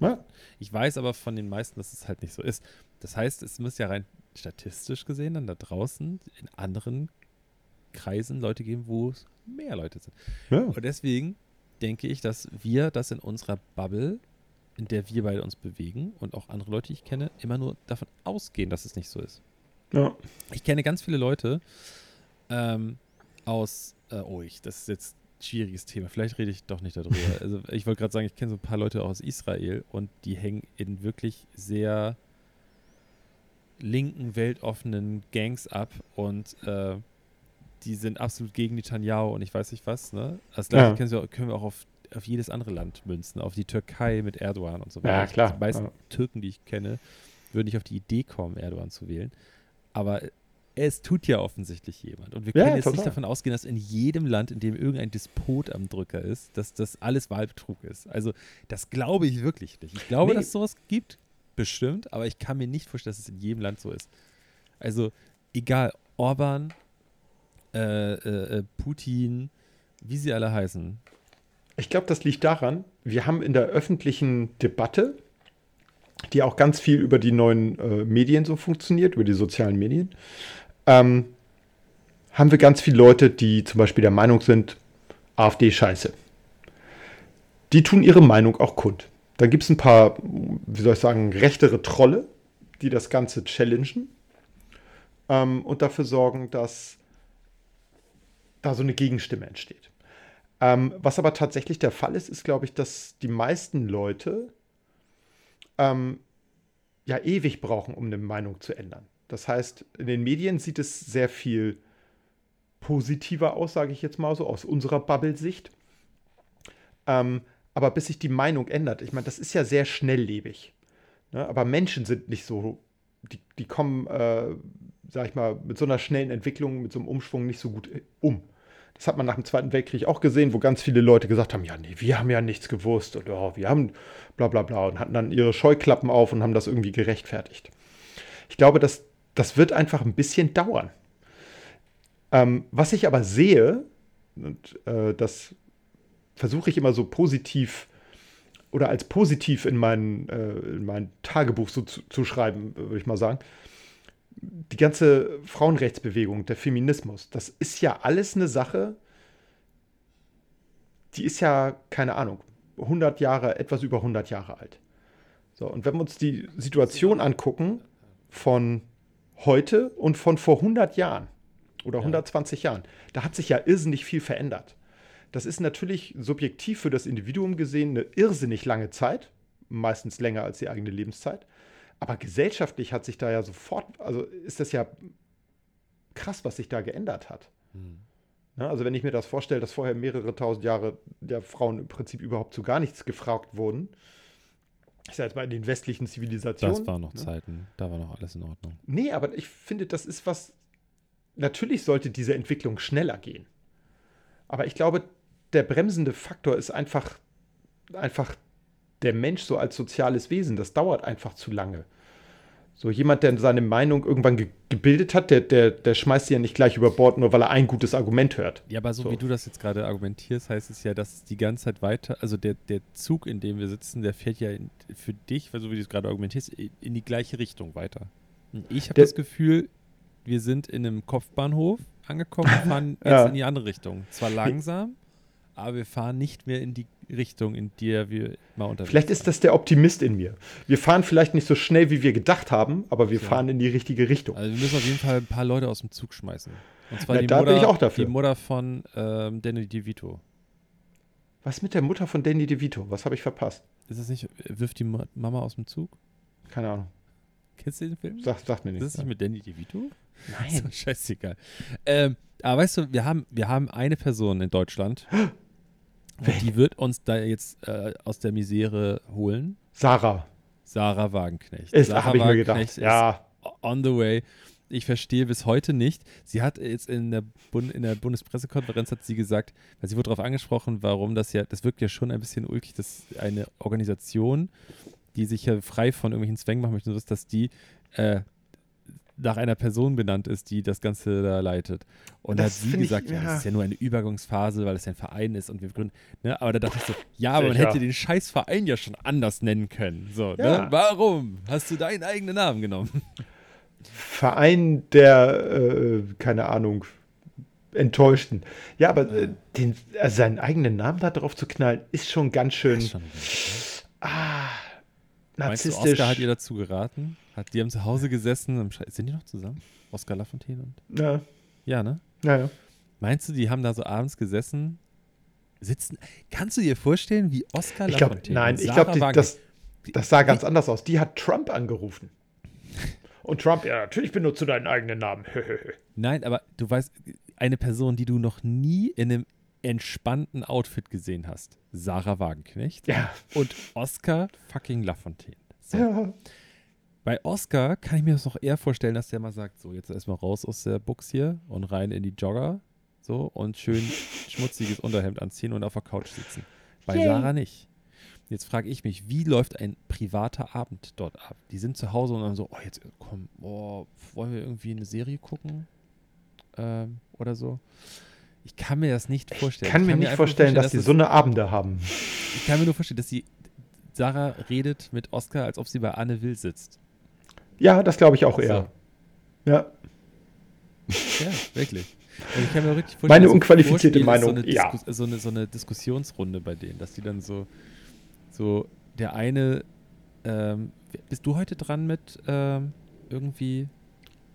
Speaker 2: Ja.
Speaker 3: Ich weiß aber von den meisten, dass es halt nicht so ist. Das heißt, es müsste ja rein statistisch gesehen dann da draußen in anderen Kreisen Leute geben, wo es mehr Leute sind.
Speaker 2: Ja.
Speaker 3: Und deswegen denke ich, dass wir das in unserer Bubble, in der wir beide uns bewegen und auch andere Leute, die ich kenne, immer nur davon ausgehen, dass es nicht so ist.
Speaker 2: Ja.
Speaker 3: Ich kenne ganz viele Leute ähm, aus, äh, oh, ich, das ist jetzt ein schwieriges Thema, vielleicht rede ich doch
Speaker 2: [LAUGHS]
Speaker 3: nicht darüber. also ich wollte gerade sagen, ich kenne so ein paar Leute auch aus Israel und die hängen in wirklich sehr linken, weltoffenen Gangs ab und äh, die sind absolut gegen Netanyahu und ich weiß nicht was. Ne? Das gleiche
Speaker 2: Ja.
Speaker 3: können, wir, können wir auch auf, auf jedes andere Land münzen, auf die Türkei mit Erdogan und so weiter.
Speaker 2: Ja,
Speaker 3: Also
Speaker 2: klar.
Speaker 3: Die meisten
Speaker 2: Ja.
Speaker 3: Türken, die ich kenne, würden nicht auf die Idee kommen, Erdogan zu wählen. Aber es tut ja offensichtlich jemand. Und wir
Speaker 2: Ja,
Speaker 3: können jetzt nicht
Speaker 2: total.
Speaker 3: davon ausgehen, dass in jedem Land, in dem irgendein Despot am Drücker ist, dass das alles Wahlbetrug ist. Also das glaube ich wirklich nicht. Ich glaube,
Speaker 2: Nee.
Speaker 3: dass es sowas gibt, bestimmt, aber ich kann mir nicht vorstellen, dass es in jedem Land so ist. Also egal, Orban, äh, äh, äh, Putin, wie sie alle heißen.
Speaker 2: Ich glaube, das liegt daran, wir haben in der öffentlichen Debatte, die auch ganz viel über die neuen äh, Medien so funktioniert, über die sozialen Medien, ähm, haben wir ganz viele Leute, die zum Beispiel der Meinung sind, AfD scheiße. Die tun ihre Meinung auch kund. Da gibt es ein paar, wie soll ich sagen, rechtere Trolle, die das Ganze challengen ähm, und dafür sorgen, dass da so eine Gegenstimme entsteht. Ähm, was aber tatsächlich der Fall ist, ist, glaube ich, dass die meisten Leute ähm, ja ewig brauchen, um eine Meinung zu ändern. Das heißt, in den Medien sieht es sehr viel positiver aus, sage ich jetzt mal so, aus unserer Bubble-Sicht. Ähm, aber bis sich die Meinung ändert, ich meine, das ist ja sehr schnelllebig. Ne? Aber Menschen sind nicht so, die, die kommen, äh, sag ich mal, mit so einer schnellen Entwicklung, mit so einem Umschwung nicht so gut äh, um. Das hat man nach dem Zweiten Weltkrieg auch gesehen, wo ganz viele Leute gesagt haben, ja, nee, wir haben ja nichts gewusst und oh, wir haben bla bla bla und hatten dann ihre Scheuklappen auf und haben das irgendwie gerechtfertigt. Ich glaube, das, das wird einfach ein bisschen dauern. Ähm, was ich aber sehe, und äh, das versuche ich immer so positiv oder als positiv in mein, äh, in mein Tagebuch so zu, zu schreiben, würde ich mal sagen. Die ganze Frauenrechtsbewegung, der Feminismus, das ist ja alles eine Sache, die ist ja, keine Ahnung, 100 Jahre, etwas über 100 Jahre alt. So, und wenn wir uns die Situation angucken von heute und von vor 100 Jahren oder
Speaker 3: Ja.
Speaker 2: 120 Jahren, da hat sich ja irrsinnig viel verändert. Das ist natürlich subjektiv für das Individuum gesehen eine irrsinnig lange Zeit, meistens länger als die eigene Lebenszeit. Aber gesellschaftlich hat sich da ja sofort, also ist das ja krass, was sich da geändert hat. Ne, also wenn ich mir das vorstelle, dass vorher mehrere tausend Jahre der Frauen im Prinzip überhaupt zu gar nichts gefragt wurden. Ich sage jetzt mal in den westlichen Zivilisationen.
Speaker 3: Das waren noch
Speaker 2: ne?
Speaker 3: Zeiten, da war noch alles in Ordnung.
Speaker 2: Nee, aber ich finde, das ist was. Natürlich sollte diese Entwicklung schneller gehen. Aber ich glaube, der bremsende Faktor ist einfach, einfach der Mensch so als soziales Wesen. Das dauert einfach zu lange. So jemand, der seine Meinung irgendwann ge gebildet hat, der, der, der schmeißt sie ja nicht gleich über Bord, nur weil er ein gutes Argument hört.
Speaker 3: Ja, aber so,
Speaker 2: So.
Speaker 3: wie du das jetzt gerade argumentierst, heißt es ja, dass es die ganze Zeit weiter, also der, der Zug, in dem wir sitzen, der fährt ja in, für dich, weil so wie du es gerade argumentierst, i- in die gleiche Richtung weiter. Und ich habe
Speaker 2: Der-
Speaker 3: das Gefühl, wir sind in einem Kopfbahnhof
Speaker 2: [LAUGHS]
Speaker 3: angekommen und fahren jetzt
Speaker 2: Ja.
Speaker 3: in die andere Richtung.
Speaker 2: [LAUGHS]
Speaker 3: Zwar langsam, aber wir fahren nicht mehr in die Richtung, in der wir mal unterwegs
Speaker 2: Vielleicht ist das der Optimist in mir. Wir fahren vielleicht nicht so schnell, wie wir gedacht haben, aber wir
Speaker 3: Ja.
Speaker 2: fahren in die richtige Richtung.
Speaker 3: Also wir müssen auf jeden Fall ein paar Leute aus dem Zug schmeißen. Und zwar
Speaker 2: Na,
Speaker 3: die,
Speaker 2: da bin
Speaker 3: Mutter,
Speaker 2: ich auch dafür.
Speaker 3: die Mutter von ähm, Danny DeVito.
Speaker 2: Was mit der Mutter von Danny DeVito? Was habe ich verpasst?
Speaker 3: Ist das nicht, äh, wirft die Ma- Mama aus dem Zug?
Speaker 2: Keine Ahnung.
Speaker 3: Kennst du den Film?
Speaker 2: Sag, sagt mir
Speaker 3: Ist das
Speaker 2: nichts.
Speaker 3: nicht mit Danny DeVito?
Speaker 2: Nein.
Speaker 3: So, scheißegal. Ähm, aber weißt du, wir haben, wir haben eine Person
Speaker 2: [GASPS]
Speaker 3: in Deutschland, und die wird uns da jetzt äh, aus der Misere holen.
Speaker 2: Sarah.
Speaker 3: Sarah Wagenknecht.
Speaker 2: Ist,
Speaker 3: Sarah
Speaker 2: habe ich mir gedacht.
Speaker 3: Wagenknecht
Speaker 2: Ja,
Speaker 3: on the way. Ich verstehe bis heute nicht. Sie hat jetzt in der, Bund in der Bundespressekonferenz hat sie gesagt, weil sie wurde darauf angesprochen, warum das ja, das wirkt ja schon ein bisschen ulkig, dass eine Organisation, die sich ja frei von irgendwelchen Zwängen machen möchte, und so ist, dass die äh, nach einer Person benannt ist, die das Ganze da leitet. Und da hat
Speaker 2: Das
Speaker 3: sie
Speaker 2: finde ich-
Speaker 3: gesagt, ja.
Speaker 2: ja.
Speaker 3: das ist ja nur eine Übergangsphase, weil es ja ein Verein ist und wir gründen. Ne? Aber da dachte ich so, ja, aber man
Speaker 2: Sicher.
Speaker 3: hätte den scheiß Verein ja schon anders nennen können. So, ne?
Speaker 2: Ja.
Speaker 3: Warum hast du deinen eigenen Namen genommen?
Speaker 2: Verein der, äh, keine Ahnung, Enttäuschten. Ja, aber äh, den, also seinen eigenen Namen da drauf zu knallen, ist schon ganz schön
Speaker 3: Ist schon Meinst du,
Speaker 2: narzisstisch.
Speaker 3: Oscar hat ihr dazu geraten? Hat, die haben zu Hause gesessen. und Sche- Sind die noch zusammen? Oscar Lafontaine und.
Speaker 2: ja,
Speaker 3: Ja, ne?
Speaker 2: naja.
Speaker 3: Meinst du, die haben da so abends gesessen? Sitzen. Kannst du dir vorstellen, wie Oscar
Speaker 2: Ich glaube,
Speaker 3: Lafontaine.
Speaker 2: nein,
Speaker 3: und
Speaker 2: ich
Speaker 3: Sarah
Speaker 2: glaube,
Speaker 3: Wagenknecht-
Speaker 2: das, das sah ganz anders aus. Die hat Trump
Speaker 3: [LAUGHS]
Speaker 2: angerufen. Und Trump, ja, natürlich benutzt du deinen eigenen Namen. [LAUGHS]
Speaker 3: Nein, aber du weißt, eine Person, die du noch nie in einem entspannten Outfit gesehen hast. Sarah Wagenknecht
Speaker 2: ja.
Speaker 3: und Oscar fucking Lafontaine. So.
Speaker 2: ja.
Speaker 3: Bei Oscar kann ich mir das noch eher vorstellen, dass der mal sagt, so jetzt erstmal raus aus der Box hier und rein in die Jogger, so
Speaker 2: [LAUGHS]
Speaker 3: und schön schmutziges Unterhemd anziehen und auf der Couch sitzen. Bei Sarah nicht. Jetzt frage ich mich, wie läuft ein privater Abend dort ab? Die sind zu Hause und dann so, oh jetzt komm, oh, wollen wir irgendwie eine Serie gucken ähm, oder so? Ich kann mir das nicht vorstellen.
Speaker 2: Kann mir nicht
Speaker 3: einfach
Speaker 2: vorstellen, dass die
Speaker 3: es-
Speaker 2: so eine Abende haben.
Speaker 3: Ich kann mir nur vorstellen, dass sie Sarah redet mit Oscar, als ob sie bei Anne Will sitzt.
Speaker 2: Ja, das glaube ich auch eher. Ja.
Speaker 3: Ja, wirklich. Und ich kann mir auch richtig vorstellen,
Speaker 2: Meine
Speaker 3: dass so
Speaker 2: unqualifizierte
Speaker 3: vorspielen ist
Speaker 2: Meinung, ja.
Speaker 3: so eine, Disku- so, eine, so eine Diskussionsrunde bei denen, dass die dann so, so der eine, ähm, bist du heute dran mit ähm, irgendwie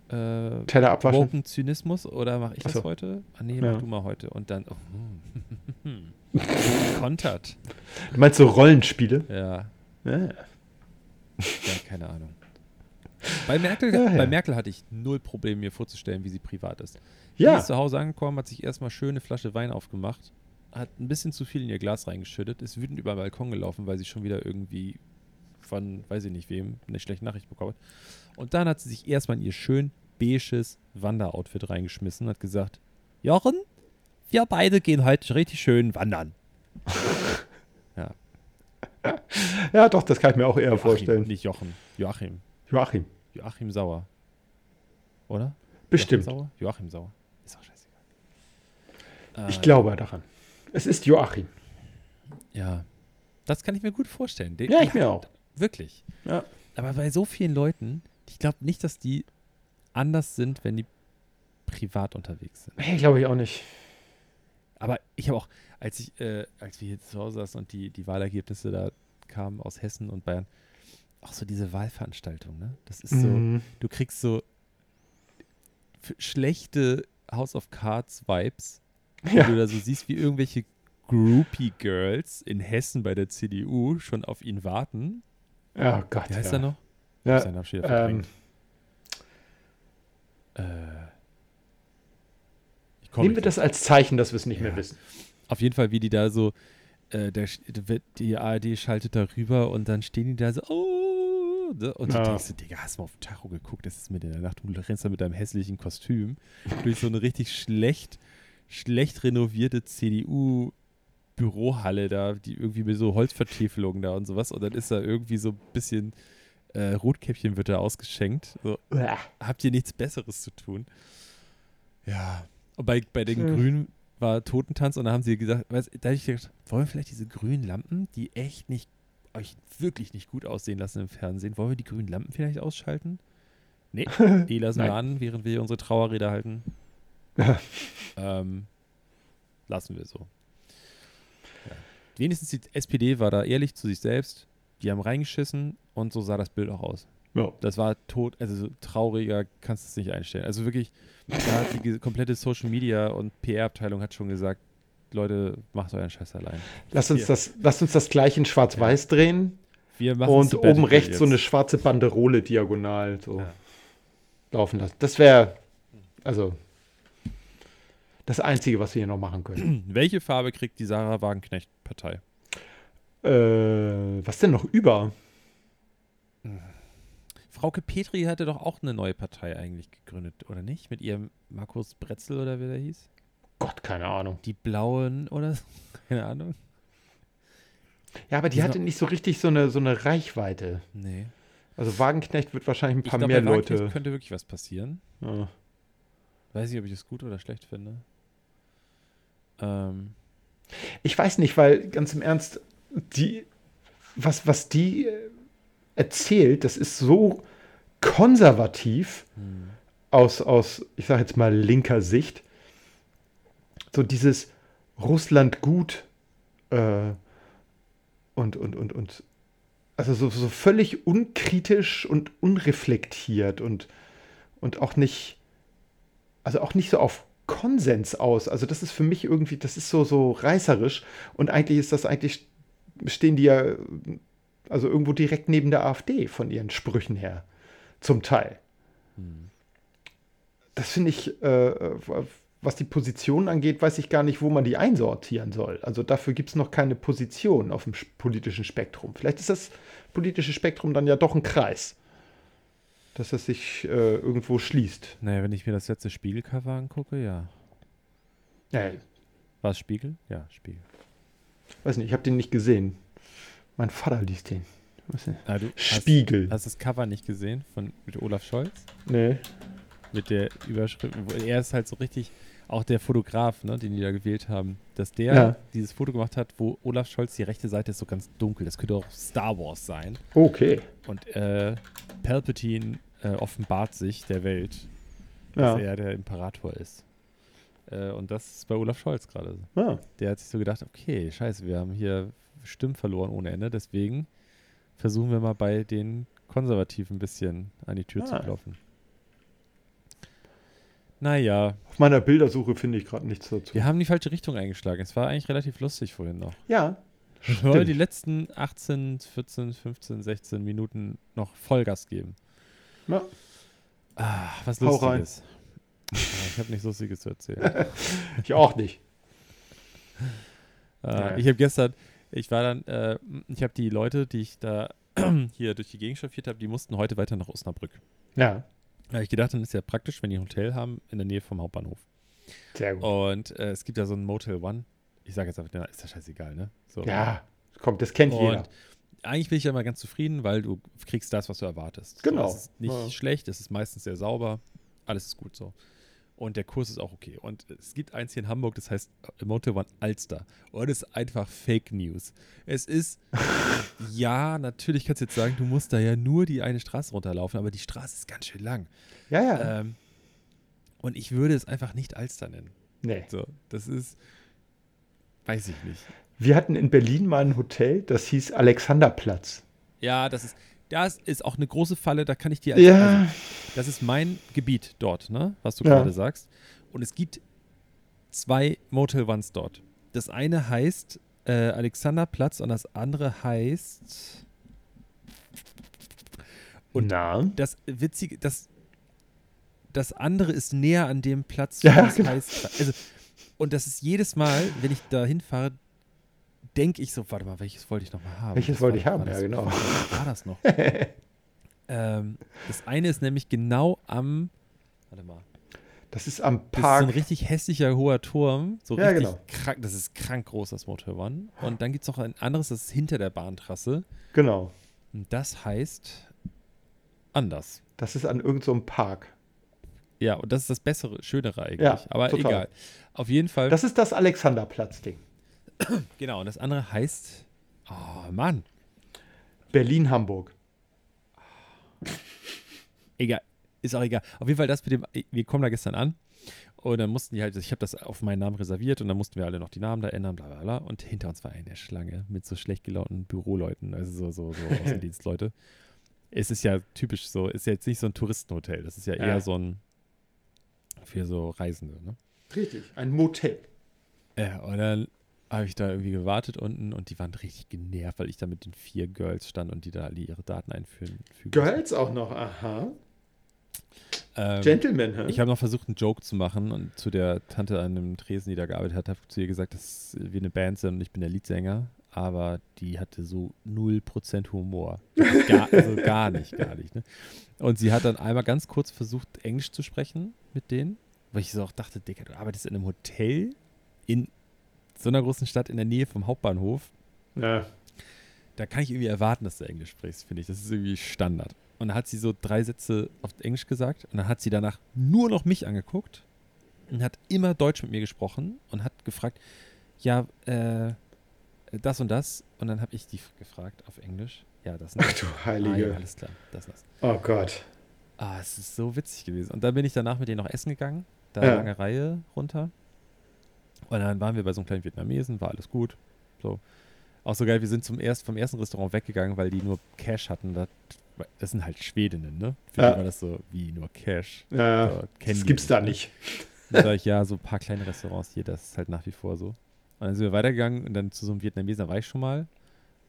Speaker 3: äh,
Speaker 2: Teller abwaschen.
Speaker 3: woken Zynismus oder mache ich
Speaker 2: Ach so.
Speaker 3: das heute? Ah nee,
Speaker 2: Ja.
Speaker 3: mach du mal heute. Und dann, oh,
Speaker 2: [LAUGHS]
Speaker 3: hm. kontert.
Speaker 2: Du meinst so Rollenspiele?
Speaker 3: Ja,
Speaker 2: Ja.
Speaker 3: ja, keine Ahnung. Bei Merkel,
Speaker 2: Ja, ja.
Speaker 3: bei Merkel hatte ich null Probleme, mir vorzustellen, wie sie privat ist. Die
Speaker 2: Ja.
Speaker 3: ist zu Hause angekommen, hat sich erstmal schöne Flasche Wein aufgemacht, hat ein bisschen zu viel in ihr Glas reingeschüttet, ist wütend über den Balkon gelaufen, weil sie schon wieder irgendwie von, weiß ich nicht wem, eine schlechte Nachricht bekommen hat. Und dann hat sie sich erstmal in ihr schön beiges Wanderoutfit reingeschmissen und hat gesagt, Jochen, wir beide gehen heute richtig schön wandern.
Speaker 2: Ja, doch, das kann ich mir auch eher vorstellen.
Speaker 3: Joachim, nicht Jochen. Joachim.
Speaker 2: Joachim,
Speaker 3: Joachim Sauer. Oder?
Speaker 2: bestimmt.
Speaker 3: Joachim Sauer? Joachim Sauer. Ist auch scheißegal.
Speaker 2: Ich
Speaker 3: Äh,
Speaker 2: glaube daran. Es ist Joachim.
Speaker 3: Ja. Das kann ich mir gut vorstellen. Den-
Speaker 2: Ja, ich mir auch.
Speaker 3: Wirklich.
Speaker 2: Ja.
Speaker 3: Aber bei so vielen Leuten, ich glaube nicht, dass die anders sind, wenn die privat unterwegs sind.
Speaker 2: Nee, glaube ich auch nicht.
Speaker 3: Aber ich habe auch, als ich, äh, als wir hier zu Hause saßen und die, die Wahlergebnisse da kamen aus Hessen und Bayern, auch so diese Wahlveranstaltung, ne? Das ist so,
Speaker 2: Mhm.
Speaker 3: du kriegst so f- schlechte House of Cards Vibes, wenn
Speaker 2: Ja.
Speaker 3: du da so siehst, wie irgendwelche Groupie Girls in Hessen bei der CDU schon auf ihn warten.
Speaker 2: Oh Gott.
Speaker 3: Wie heißt
Speaker 2: ja.
Speaker 3: er noch? Ich hab
Speaker 2: Ja,
Speaker 3: seinen Namen schon wieder
Speaker 2: ähm,
Speaker 3: verdrängt. äh, ich komm
Speaker 2: nehmen wir
Speaker 3: nicht
Speaker 2: das als Zeichen, dass wir es nicht mehr
Speaker 3: Ja.
Speaker 2: wissen.
Speaker 3: Auf jeden Fall, wie die da so, äh, der, sch- d- wird- die ARD schaltet darüber und dann stehen die da so, oh, ne? und du
Speaker 2: Ja.
Speaker 3: denkst, dir, Digga, hast du mal auf den Tacho geguckt, das ist mit in der Nacht, du rennst da mit deinem hässlichen Kostüm durch so eine richtig schlecht, schlecht renovierte CDU- Bürohalle da, die irgendwie mit so Holzvertäfelungen da und sowas und dann ist da irgendwie so ein bisschen äh, Rotkäppchen wird da ausgeschenkt. So,
Speaker 2: Uah.
Speaker 3: habt ihr nichts Besseres zu tun? Ja. Und bei, bei den
Speaker 2: Hm.
Speaker 3: Grünen war Totentanz und da haben sie gesagt, weißt, da habe ich gedacht, wollen wir vielleicht diese grünen Lampen, die echt nicht, euch wirklich nicht gut aussehen lassen im Fernsehen, wollen wir die grünen Lampen vielleicht ausschalten? Nee, die lassen wir an, während wir unsere Trauerrede halten. ähm, lassen wir so. Ja. Wenigstens die SPD war da ehrlich zu sich selbst. Die haben reingeschissen und so sah das Bild auch aus.
Speaker 2: Ja.
Speaker 3: Das war tot, also so trauriger kannst du es nicht einstellen. Also wirklich, da hat die ge- komplette Social Media und PR-Abteilung hat schon gesagt, Leute, macht euren Scheiß allein.
Speaker 2: Lass uns,
Speaker 3: Hier.
Speaker 2: das, lass uns das gleich in Schwarz-Weiß drehen
Speaker 3: Wir machen
Speaker 2: und oben rechts so eine schwarze Banderole diagonal so
Speaker 3: Ja.
Speaker 2: laufen lassen. Das wäre also das Einzige, was wir hier noch machen
Speaker 3: [CLEARS THROAT]
Speaker 2: können.
Speaker 3: Hm, Welche Farbe kriegt die Sarah Wagenknecht Partei?
Speaker 2: äh, was denn noch über?
Speaker 3: Frauke Petri hatte doch auch eine neue Partei eigentlich gegründet, oder nicht? Mit ihrem Markus Bretzel oder wie der hieß?
Speaker 2: Gott, keine Ahnung.
Speaker 3: Die Blauen oder so? [LAUGHS] Keine Ahnung.
Speaker 2: Ja, aber die
Speaker 3: Ja.
Speaker 2: hatte nicht so richtig so eine, so eine Reichweite.
Speaker 3: Nee.
Speaker 2: Also Wagenknecht wird wahrscheinlich ein
Speaker 3: Ich
Speaker 2: paar
Speaker 3: glaube,
Speaker 2: mehr
Speaker 3: bei Wagenknecht
Speaker 2: Leute.
Speaker 3: könnte wirklich was passieren.
Speaker 2: Ja.
Speaker 3: Weiß nicht, ob ich das gut oder schlecht finde. Ähm,
Speaker 2: Ich weiß nicht, weil ganz im Ernst, die, was, was die äh, erzählt, das ist so konservativ
Speaker 3: hm.
Speaker 2: aus, aus ich sage jetzt mal, linker Sicht. So dieses Russland gut äh, und, und, und, und, also so, so völlig unkritisch und unreflektiert und, und auch nicht, also auch nicht so auf Konsens aus. Also das ist für mich irgendwie, das ist so, so reißerisch und eigentlich ist das eigentlich, stehen die ja, also irgendwo direkt neben der AfD von ihren Sprüchen her, zum Teil.
Speaker 3: Hm.
Speaker 2: Das finde ich, äh, was die Position angeht, weiß ich gar nicht, wo man die einsortieren soll. Also dafür gibt es noch keine Position auf dem sch- politischen Spektrum. Vielleicht ist das politische Spektrum dann ja doch ein Kreis, dass das sich äh, irgendwo schließt.
Speaker 3: Naja, wenn ich mir das letzte Spiegelcover angucke, ja.
Speaker 2: Ja,
Speaker 3: War es Spiegel? Ja, Spiegel.
Speaker 2: weiß nicht, ich habe den nicht gesehen. Mein Vater liest den. Weiß nicht.
Speaker 3: Ah, du
Speaker 2: Spiegel.
Speaker 3: Hast, hast das Cover nicht gesehen von mit Olaf Scholz?
Speaker 2: nee.
Speaker 3: Mit der Überschrift. wo- Er ist halt so richtig, auch der Fotograf, ne, den die da gewählt haben, dass der
Speaker 2: Ja.
Speaker 3: dieses Foto gemacht hat, wo Olaf Scholz die rechte Seite ist so ganz dunkel. Das könnte auch Star Wars sein.
Speaker 2: Okay.
Speaker 3: Und äh, Palpatine äh, offenbart sich der Welt,
Speaker 2: Ja.
Speaker 3: dass er der Imperator ist. Äh, und das ist bei Olaf Scholz gerade so.
Speaker 2: ja.
Speaker 3: der hat sich so gedacht, okay, scheiße, wir haben hier Stimmen verloren ohne Ende, deswegen versuchen wir mal bei den Konservativen ein bisschen an die Tür zu
Speaker 2: Ah.
Speaker 3: klopfen. Naja,
Speaker 2: Auf meiner Bildersuche finde ich gerade nichts dazu.
Speaker 3: wir haben die falsche Richtung eingeschlagen. Es war eigentlich relativ lustig vorhin noch.
Speaker 2: Ja.
Speaker 3: Wir wollen die letzten 18, 14, 15, 16 Minuten noch Vollgas geben.
Speaker 2: Ja.
Speaker 3: Ah, was
Speaker 2: Hau rein.
Speaker 3: Lustiges. Ah, Ich habe nichts Lustiges zu erzählen.
Speaker 2: Ich auch nicht.
Speaker 3: Äh,
Speaker 2: Ja.
Speaker 3: Ich habe gestern, ich war dann, äh, ich habe die Leute, die ich da [CLEARS THROAT] hier durch die Gegend chauffiert habe, die mussten heute weiter nach Osnabrück.
Speaker 2: Ja.
Speaker 3: Da habe ich gedacht, dann ist ja praktisch, wenn die ein Hotel haben in der Nähe vom Hauptbahnhof.
Speaker 2: Sehr gut.
Speaker 3: Und äh, es gibt ja so ein Motel One. Ich sage jetzt einfach, den Namen, ist das scheißegal, ne? So.
Speaker 2: Ja, komm, das kennt jeder.
Speaker 3: Und eigentlich bin ich ja immer ganz zufrieden, weil du kriegst das, was du erwartest.
Speaker 2: Genau.
Speaker 3: So, es ist nicht
Speaker 2: Ja.
Speaker 3: schlecht, es ist meistens sehr sauber, alles ist gut so. Und der Kurs ist auch okay. Und es gibt eins hier in Hamburg, das heißt Motel One Alster. Und es ist einfach Fake News. Es ist, [LAUGHS] ja, natürlich kannst du jetzt sagen, du musst da ja nur die eine Straße runterlaufen, aber die Straße ist ganz schön lang.
Speaker 2: Ja, ja.
Speaker 3: Ähm, und ich würde es einfach nicht Alster nennen.
Speaker 2: nee.
Speaker 3: So, das ist, weiß ich nicht.
Speaker 2: Wir hatten in Berlin mal ein Hotel, das hieß Alexanderplatz.
Speaker 3: Ja, das ist, das ist auch eine große Falle, da kann ich dir also,
Speaker 2: Ja,
Speaker 3: das ist mein Gebiet dort, ne? Was du
Speaker 2: Ja.
Speaker 3: gerade sagst. Und es gibt zwei Motel Ones dort. Das eine heißt äh, Alexanderplatz und das andere heißt. Und-
Speaker 2: na.
Speaker 3: Das witzige, das, das andere ist näher an dem Platz,
Speaker 2: Ja,
Speaker 3: wo es
Speaker 2: genau.
Speaker 3: heißt. Also, und das ist jedes Mal, wenn ich da hinfahre, denke ich so, warte mal, welches wollte ich nochmal haben?
Speaker 2: Welches
Speaker 3: Das war-
Speaker 2: wollte ich haben?
Speaker 3: war
Speaker 2: Ja,
Speaker 3: das-
Speaker 2: genau.
Speaker 3: Was war
Speaker 2: [LAUGHS]
Speaker 3: das noch? ähm, das eine ist nämlich genau am, warte mal,
Speaker 2: Das ist am
Speaker 3: das ist so ein
Speaker 2: Park.
Speaker 3: richtig hässlicher hoher Turm. So
Speaker 2: Ja,
Speaker 3: richtig
Speaker 2: genau.
Speaker 3: krank, das ist krank groß, das Motor One. Und dann gibt es noch ein anderes, das ist hinter der Bahntrasse.
Speaker 2: genau.
Speaker 3: Und das heißt anders.
Speaker 2: Das ist an irgendeinem so einem Park.
Speaker 3: Ja, und das ist das bessere, schönere eigentlich.
Speaker 2: Ja,
Speaker 3: Aber
Speaker 2: total.
Speaker 3: egal. Auf jeden Fall.
Speaker 2: Das ist das Alexanderplatz-Ding.
Speaker 3: genau, und das andere heißt. Oh Mann.
Speaker 2: Berlin-Hamburg.
Speaker 3: Egal. Ist auch egal. Auf jeden Fall das mit dem. Wir kommen da gestern an. Und dann mussten die halt, ich habe das auf meinen Namen reserviert und dann mussten wir alle noch die Namen da ändern, bla bla bla. Und hinter uns war eine Schlange mit so schlecht gelaunten Büroleuten, also so, so, [LAUGHS] so Außendienstleute. Es ist ja typisch so, ist ja jetzt nicht so ein Touristenhotel, das ist ja,
Speaker 2: Ja.
Speaker 3: eher so ein für so Reisende, ne?
Speaker 2: Richtig, ein Motel.
Speaker 3: Ja, und dann habe ich da irgendwie gewartet unten und die waren richtig genervt, weil ich da mit den vier Girls stand und die da alle ihre Daten einführen. fügen mussten.
Speaker 2: Girls auch noch, aha.
Speaker 3: Ähm,
Speaker 2: Gentlemen, hä?
Speaker 3: ich habe noch versucht, einen Joke zu machen und zu der Tante an dem Tresen, die da gearbeitet hat, habe zu ihr gesagt, dass wir eine Band sind und ich bin der Leadsänger. Aber die hatte so 0% Humor. Gar, also gar nicht, gar nicht. Ne? Und sie hat dann einmal ganz kurz versucht, Englisch zu sprechen mit denen, weil ich so auch dachte, Digga, du arbeitest in einem Hotel in so einer großen Stadt in der Nähe vom Hauptbahnhof.
Speaker 2: ja.
Speaker 3: da kann ich irgendwie erwarten, dass du Englisch sprichst, finde ich. Das ist irgendwie Standard. Und dann hat sie so drei Sätze auf Englisch gesagt und dann hat sie danach nur noch mich angeguckt und hat immer Deutsch mit mir gesprochen und hat gefragt, ja, äh, das und das. Und dann habe ich die gefragt auf Englisch.
Speaker 2: [LAUGHS]
Speaker 3: Ja, das und
Speaker 2: Ach
Speaker 3: das.
Speaker 2: du
Speaker 3: Ah, ja,
Speaker 2: Heilige.
Speaker 3: alles klar, das und das.
Speaker 2: Oh Gott.
Speaker 3: Ah, es ist so witzig gewesen. Und dann bin ich danach mit denen noch essen gegangen. Da
Speaker 2: Ja.
Speaker 3: lange Reihe runter. Und dann waren wir bei so einem kleinen Vietnamesen, war alles gut. So. Auch so geil, wir sind zum erst, vom ersten Restaurant weggegangen, weil die nur Cash hatten. Das, das sind halt Schwedinnen, ne? Für
Speaker 2: Ja.
Speaker 3: die war das so wie nur Cash.
Speaker 2: Ja,
Speaker 3: So, kennen
Speaker 2: das
Speaker 3: die
Speaker 2: gibt's da nicht.
Speaker 3: Dann sag ich, ja, so ein paar kleine Restaurants hier, das ist halt nach wie vor so. Und dann sind wir weitergegangen und dann zu so einem Vietnamesen, da war ich schon mal.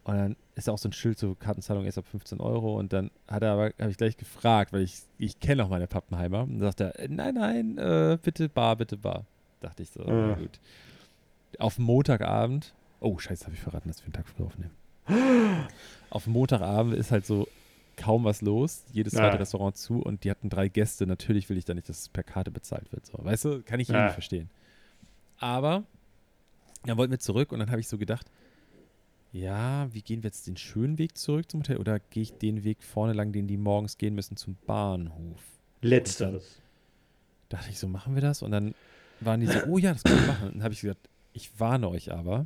Speaker 3: Und dann ist da auch so ein Schild zur Kartenzahlung erst ab 15 Euro. Und dann hat er aber, habe ich gleich gefragt, weil ich, ich kenne auch meine Pappenheimer. Und dann sagt er, äh, nein, nein, äh, bitte Bar, bitte Bar. Dachte ich so, na
Speaker 2: Ja.
Speaker 3: gut. Auf Montagabend, oh scheiße, habe ich verraten, dass wir einen Tag früh aufnehmen. Auf Montagabend ist halt so kaum was los, jedes
Speaker 2: Ja.
Speaker 3: zweite Restaurant zu und die hatten drei Gäste. Natürlich will ich da nicht, dass es per Karte bezahlt wird. So, weißt du, kann ich
Speaker 2: Ja.
Speaker 3: irgendwie verstehen. Aber dann wollten wir zurück und dann habe ich so gedacht, ja, wie gehen wir jetzt den schönen Weg zurück zum Hotel oder gehe ich den Weg vorne lang, den die morgens gehen müssen zum Bahnhof?
Speaker 2: Letzteres.
Speaker 3: Dachte ich, so machen wir das und dann waren die so, oh ja, das können wir machen. Und dann habe ich gesagt, ich warne euch aber,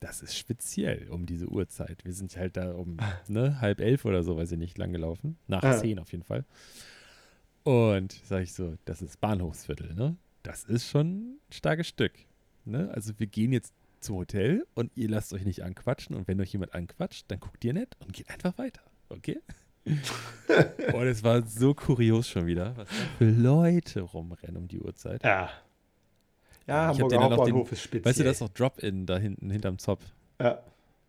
Speaker 3: das ist speziell um diese Uhrzeit. Wir sind halt da um ne, halb elf oder so, weiß ich nicht, lang gelaufen. Nach
Speaker 2: Ja.
Speaker 3: zehn auf jeden Fall. Und sage ich so, das ist Bahnhofsviertel, ne? Das ist schon ein starkes Stück. Ne? Also wir gehen jetzt zum Hotel und ihr lasst euch nicht anquatschen und wenn euch jemand anquatscht, dann guckt ihr nicht und geht einfach weiter, okay? und es war so kurios schon wieder, was da für Leute rumrennen um die Uhrzeit.
Speaker 2: Ja. Ja,
Speaker 3: Ich hab
Speaker 2: Hamburger
Speaker 3: den dann auch
Speaker 2: Hauptbahnhof ist speziell.
Speaker 3: Weißt du, das ist noch Drop-In da hinten, hinterm Zopf.
Speaker 2: Ja.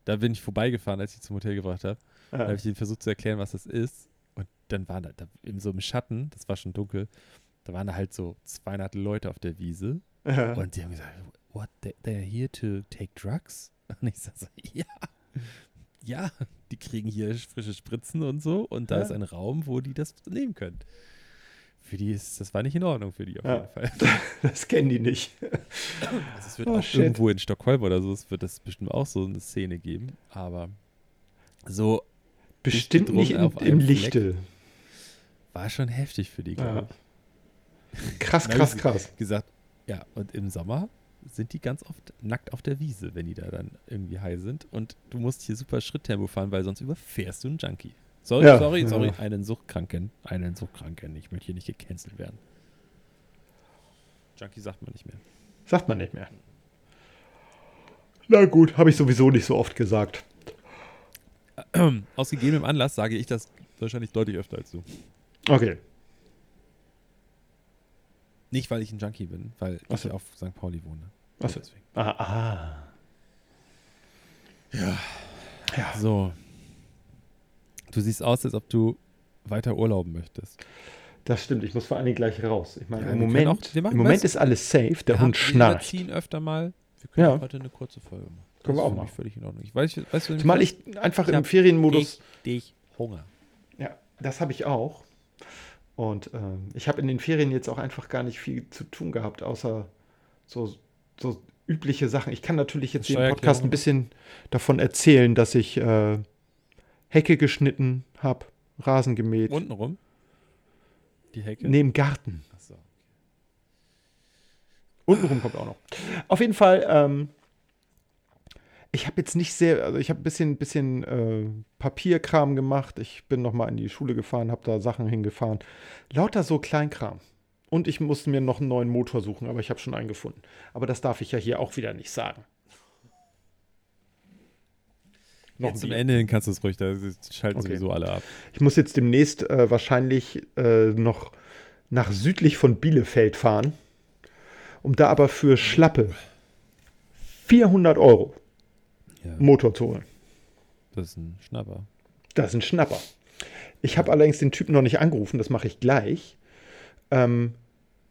Speaker 3: Da bin ich vorbeigefahren, als ich die zum Hotel gebracht habe. Da habe
Speaker 2: Ja.
Speaker 3: ich denen versucht zu erklären, was das ist. Und dann waren da, da in so einem Schatten, das war schon dunkel, da waren da halt so 200 Leute auf der Wiese.
Speaker 2: Ja.
Speaker 3: Und die haben gesagt, what, they, they're here to take drugs? [LAUGHS] Und ich sag so, ja, ja, die kriegen hier frische Spritzen und so. Und da
Speaker 2: Ja.
Speaker 3: ist ein Raum, wo die das nehmen können. Für die ist, das war nicht in Ordnung für die auf
Speaker 2: Ja.
Speaker 3: jeden
Speaker 2: [LAUGHS]
Speaker 3: Fall.
Speaker 2: [LAUGHS] Das kennen die nicht.
Speaker 3: Also es wird
Speaker 2: Oh,
Speaker 3: auch
Speaker 2: shit.
Speaker 3: irgendwo in Stockholm oder so, es wird das bestimmt auch so eine Szene geben, aber so
Speaker 2: Bestimmt nicht in,
Speaker 3: auf
Speaker 2: im
Speaker 3: einem Fleck.
Speaker 2: Lichte.
Speaker 3: war schon heftig für die, glaube
Speaker 2: Ja.
Speaker 3: ich.
Speaker 2: Krass,
Speaker 3: Na,
Speaker 2: krass,
Speaker 3: wie-
Speaker 2: krass.
Speaker 3: gesagt, ja, und im Sommer sind die ganz oft nackt auf der Wiese, wenn die da dann irgendwie high sind. Und du musst hier super Schritttempo fahren, weil sonst überfährst du einen Junkie. Sorry,
Speaker 2: Ja,
Speaker 3: sorry,
Speaker 2: ja.
Speaker 3: sorry, einen Suchtkranken. Einen Suchtkranken. Ich möchte hier nicht gecancelt werden. Junkie sagt man nicht mehr. [CLEARS THROAT]
Speaker 2: Sagt man nicht mehr. Na gut, habe ich sowieso nicht so oft gesagt.
Speaker 3: Aus gegebenem Anlass sage ich das wahrscheinlich deutlich öfter als du.
Speaker 2: Okay.
Speaker 3: Nicht, weil ich ein Junkie bin, weil
Speaker 2: Ach
Speaker 3: ich
Speaker 2: so.
Speaker 3: auf St. Pauli wohne.
Speaker 2: Ach so.
Speaker 3: Deswegen.
Speaker 2: Ah, ah.
Speaker 3: So. Du siehst aus, als ob du weiter urlauben möchtest.
Speaker 2: Das stimmt, ich muss vor allen Dingen gleich raus. Ich meine,
Speaker 3: Ja,
Speaker 2: im
Speaker 3: wir können
Speaker 2: Moment,
Speaker 3: auch- wir machen
Speaker 2: im Moment
Speaker 3: was.
Speaker 2: ist alles safe, der
Speaker 3: Ja,
Speaker 2: Hund
Speaker 3: Wir
Speaker 2: schnarcht.
Speaker 3: überziehen öfter mal. Wir können
Speaker 2: Ja.
Speaker 3: auch heute eine kurze Folge machen. Das
Speaker 2: Können wir
Speaker 3: ist
Speaker 2: auch
Speaker 3: für mich
Speaker 2: machen.
Speaker 3: Völlig in Ordnung. Ich weiß, weißt du,
Speaker 2: Zumal
Speaker 3: nämlich
Speaker 2: ich einfach
Speaker 3: Ich
Speaker 2: im
Speaker 3: hab
Speaker 2: Ferienmodus.
Speaker 3: richtig Hunger.
Speaker 2: Ja, das habe ich auch. Und ähm, ich habe in den Ferien jetzt auch einfach gar nicht viel zu tun gehabt, außer so, so übliche Sachen. Ich kann natürlich jetzt hier im Podcast
Speaker 3: Steuererklärung.
Speaker 2: ein bisschen davon erzählen, dass ich äh, Hecke geschnitten habe, Rasen gemäht,
Speaker 3: Untenrum. Die Hecke.
Speaker 2: neben Garten.
Speaker 3: Ach so.
Speaker 2: Untenrum kommt auch noch. Auf jeden Fall, ähm, ich habe jetzt nicht sehr, also ich habe ein bisschen, bisschen äh, Papierkram gemacht. Ich bin nochmal in die Schule gefahren, habe da Sachen hingefahren. Lauter so Kleinkram. Und ich musste mir noch einen neuen Motor suchen, aber ich habe schon einen gefunden. Aber das darf ich ja hier auch wieder nicht sagen. Noch ein
Speaker 3: Jetzt zum
Speaker 2: Bier.
Speaker 3: Ende hin kannst du es ruhig, da schalten
Speaker 2: Okay.
Speaker 3: sowieso alle ab.
Speaker 2: Ich muss jetzt demnächst äh, wahrscheinlich äh, noch nach südlich von Bielefeld fahren, um da aber für schlappe 400 Euro
Speaker 3: Ja,
Speaker 2: Motor zu holen.
Speaker 3: das ist ein Schnapper.
Speaker 2: Das ist ein Schnapper. Ich habe allerdings den Typen noch nicht angerufen, das mache ich gleich, ähm,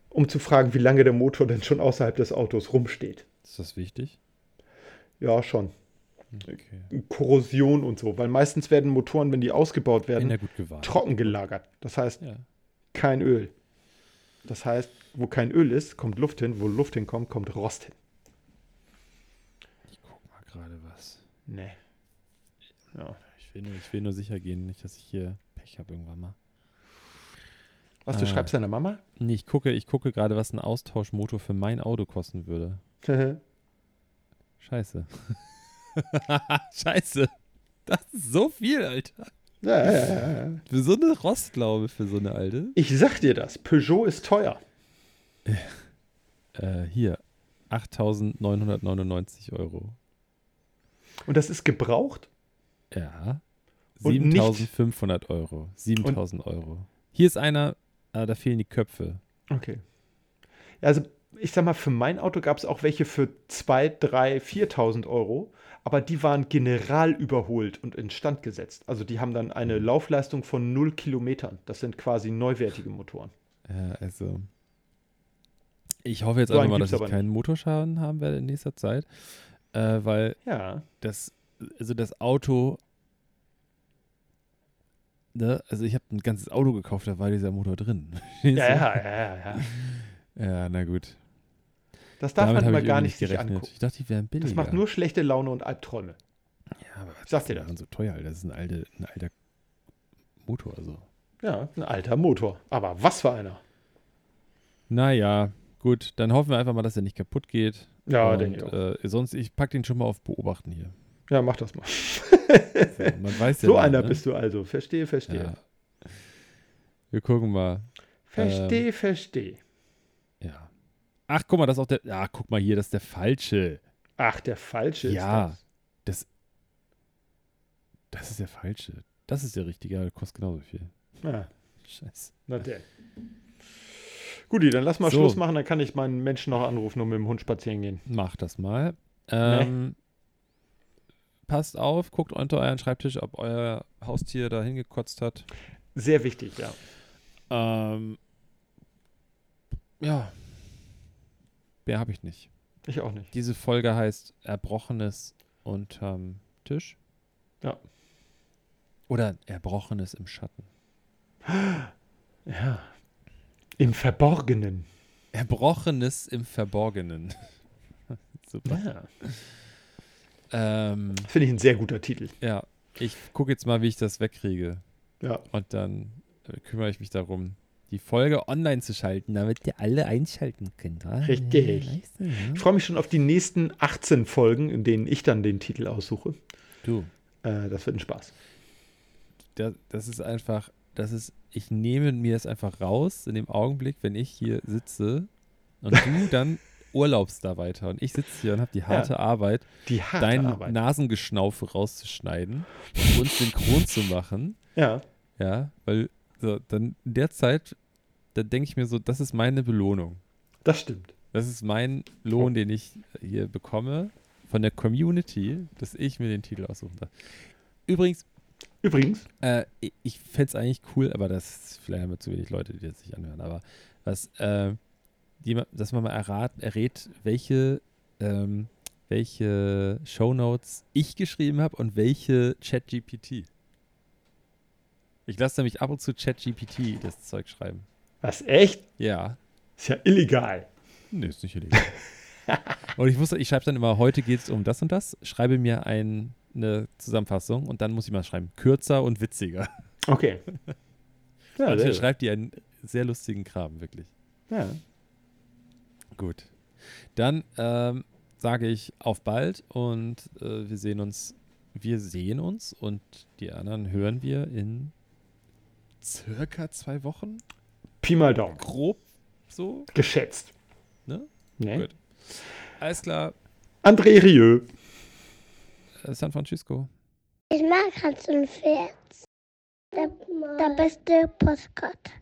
Speaker 2: um zu fragen, wie lange der Motor denn schon außerhalb des Autos rumsteht.
Speaker 3: Ist das wichtig? Hm.
Speaker 2: Ja, schon.
Speaker 3: Okay.
Speaker 2: Korrosion und so, weil meistens werden Motoren, wenn die ausgebaut
Speaker 3: Bin ja
Speaker 2: werden,
Speaker 3: gut gewarnt.
Speaker 2: trocken gelagert. Das heißt,
Speaker 3: Ja.
Speaker 2: kein Öl. Das heißt, wo kein Öl ist, kommt Luft hin. Wo Luft hinkommt, kommt Rost hin.
Speaker 3: Ich guck mal gerade was.
Speaker 2: Nee. Ja.
Speaker 3: Ich will, nur, ich will nur sicher gehen, nicht, dass ich hier Pech habe irgendwann mal.
Speaker 2: Was, du
Speaker 3: Ah.
Speaker 2: schreibst deiner [LAUGHS] Mama?
Speaker 3: Nee, ich gucke, ich gucke gerade, was ein Austauschmotor für mein Auto kosten würde. Scheiße. [LAUGHS] Scheiße. Das ist so viel, Alter.
Speaker 2: ja, ja, ja, ja.
Speaker 3: Für so eine Rostlaube, für so eine alte.
Speaker 2: Ich sag dir das. Peugeot ist teuer.
Speaker 3: Äh, hier. 8.999 Euro.
Speaker 2: Und das ist gebraucht.
Speaker 3: Ja.
Speaker 2: Und nicht-
Speaker 3: 7.500 Euro. 7.000 Euro. Hier ist einer, ah, da fehlen die Köpfe.
Speaker 2: Okay. Ja, also, ich sag mal, für mein Auto gab es auch welche für 2.000, 3.000, 4.000 Euro. Aber die waren general überholt und instand gesetzt. Also, die haben dann eine Laufleistung von 0 Kilometern. Das sind quasi neuwertige Motoren.
Speaker 3: Ja, also. Ich hoffe jetzt
Speaker 2: So
Speaker 3: einfach
Speaker 2: einen
Speaker 3: mal,
Speaker 2: gibt's
Speaker 3: dass ich
Speaker 2: aber nicht.
Speaker 3: keinen Motorschaden haben werde in nächster Zeit. Äh, weil
Speaker 2: Ja.
Speaker 3: das, also das Auto, ne, also ich habe ein ganzes Auto gekauft, da war dieser Motor drin. [LAUGHS]
Speaker 2: Ja, ja, ja, [LAUGHS] ja.
Speaker 3: Ja, na gut.
Speaker 2: Das darf
Speaker 3: Damit
Speaker 2: man
Speaker 3: habe
Speaker 2: immer
Speaker 3: ich
Speaker 2: gar
Speaker 3: irgendwie
Speaker 2: nicht sich angucken.
Speaker 3: Ich dachte, die wären billiger.
Speaker 2: Das macht nur schlechte Laune und Albträume.
Speaker 3: Ja, aber was
Speaker 2: Ich sag
Speaker 3: ist
Speaker 2: dir
Speaker 3: denn
Speaker 2: das.
Speaker 3: daran so teuer, Alter? Das ist ein, alte, ein alter Motor. Also.
Speaker 2: Ja, ein alter Motor. Aber was für einer.
Speaker 3: Naja, gut, dann hoffen wir einfach mal, dass er nicht kaputt geht.
Speaker 2: Ja,
Speaker 3: Und,
Speaker 2: denke ich auch.
Speaker 3: Äh, sonst, ich pack den schon mal auf
Speaker 2: [LAUGHS]
Speaker 3: Beobachten hier.
Speaker 2: Ja, mach das mal.
Speaker 3: So, man weiß ja
Speaker 2: so
Speaker 3: nie,
Speaker 2: einer
Speaker 3: ne?
Speaker 2: bist du also. Verstehe, verstehe.
Speaker 3: Ja. Wir gucken mal.
Speaker 2: Verstehe, verstehe.
Speaker 3: Ja. Ach, guck mal, das ist auch der. Ja, guck mal hier, das ist der falsche.
Speaker 2: Ach, der falsche
Speaker 3: Ja.
Speaker 2: ist
Speaker 3: Das ist der falsche. Das ist der richtige, aber der kostet genauso viel.
Speaker 2: das. Ja,
Speaker 3: Scheiße.
Speaker 2: na der. Guti, dann lass mal
Speaker 3: So.
Speaker 2: Schluss machen, dann kann ich meinen Menschen noch anrufen und mit dem Hund spazieren gehen.
Speaker 3: Mach das mal. Ähm, Passt auf, guckt unter euren Schreibtisch, ob euer Haustier da hingekotzt hat.
Speaker 2: Sehr wichtig, ja.
Speaker 3: Ähm, ja. Mehr habe ich nicht.
Speaker 2: Ich auch nicht.
Speaker 3: Diese Folge heißt Erbrochenes unterm Tisch.
Speaker 2: Ja.
Speaker 3: Oder Erbrochenes im Schatten.
Speaker 2: Ja. Im Verborgenen.
Speaker 3: Erbrochenes im Verborgenen. Super.
Speaker 2: Ja.
Speaker 3: Ähm,
Speaker 2: Finde ich ein sehr guter Titel.
Speaker 3: ja, ich gucke jetzt mal, wie ich das wegkriege.
Speaker 2: Ja.
Speaker 3: Und dann äh, kümmere ich mich darum, die Folge online zu schalten, damit ihr alle einschalten könnt. Ah,
Speaker 2: Richtig.
Speaker 3: ja, weißt du, ja.
Speaker 2: Ich freue mich schon auf die nächsten 18 Folgen, in denen ich dann den Titel aussuche.
Speaker 3: Du,
Speaker 2: Äh, das wird ein Spaß.
Speaker 3: das, das ist einfach, das ist, ich nehme mir das einfach raus in dem Augenblick, wenn ich hier sitze und [LAUGHS] du dann urlaubst da weiter und ich sitze hier und habe die harte Arbeit,
Speaker 2: Die harte
Speaker 3: dein
Speaker 2: Arbeit.
Speaker 3: Nasengeschnaufe rauszuschneiden [LAUGHS] und synchron zu machen.
Speaker 2: ja.
Speaker 3: Ja, weil so, dann in der Zeit, da denke ich mir so, das ist meine Belohnung.
Speaker 2: Das stimmt.
Speaker 3: Das ist mein Lohn, den ich hier bekomme von der Community, dass ich mir den Titel aussuchen darf. Übrigens,
Speaker 2: Übrigens,
Speaker 3: äh, ich- ich fände es eigentlich cool, aber das vielleicht haben wir zu wenig Leute, die das sich anhören, aber was, äh, jemand, dass man mal errat, errät, welche, ähm, welche Shownotes ich geschrieben habe und welche ChatGPT. Ich lasse nämlich ab und zu ChatGPT das Zeug schreiben.
Speaker 2: was echt?
Speaker 3: Ja.
Speaker 2: Ist ja illegal.
Speaker 3: Nee, ist nicht illegal.
Speaker 2: [LAUGHS]
Speaker 3: und ich wusste, ich schreibe dann immer, heute geht es um das und das, schreibe mir ein, eine Zusammenfassung und dann muss ich mal schreiben, kürzer und witziger. [LAUGHS]
Speaker 2: Okay. Ja,
Speaker 3: Also
Speaker 2: sehr
Speaker 3: er
Speaker 2: gut.
Speaker 3: schreibt dir einen sehr lustigen Kram, wirklich.
Speaker 2: ja.
Speaker 3: Gut. Dann ähm, sage ich auf bald und äh, wir sehen uns. Wir sehen uns und die anderen hören wir in circa zwei Wochen.
Speaker 2: Pi mal Daumen.
Speaker 3: Grob so.
Speaker 2: Geschätzt.
Speaker 3: Ne?
Speaker 2: Ne?
Speaker 3: Gut. Alles klar.
Speaker 2: André Rieu.
Speaker 3: Äh, San Francisco.
Speaker 5: Ich mag Hans und Pferd. Der, der beste Postkarte.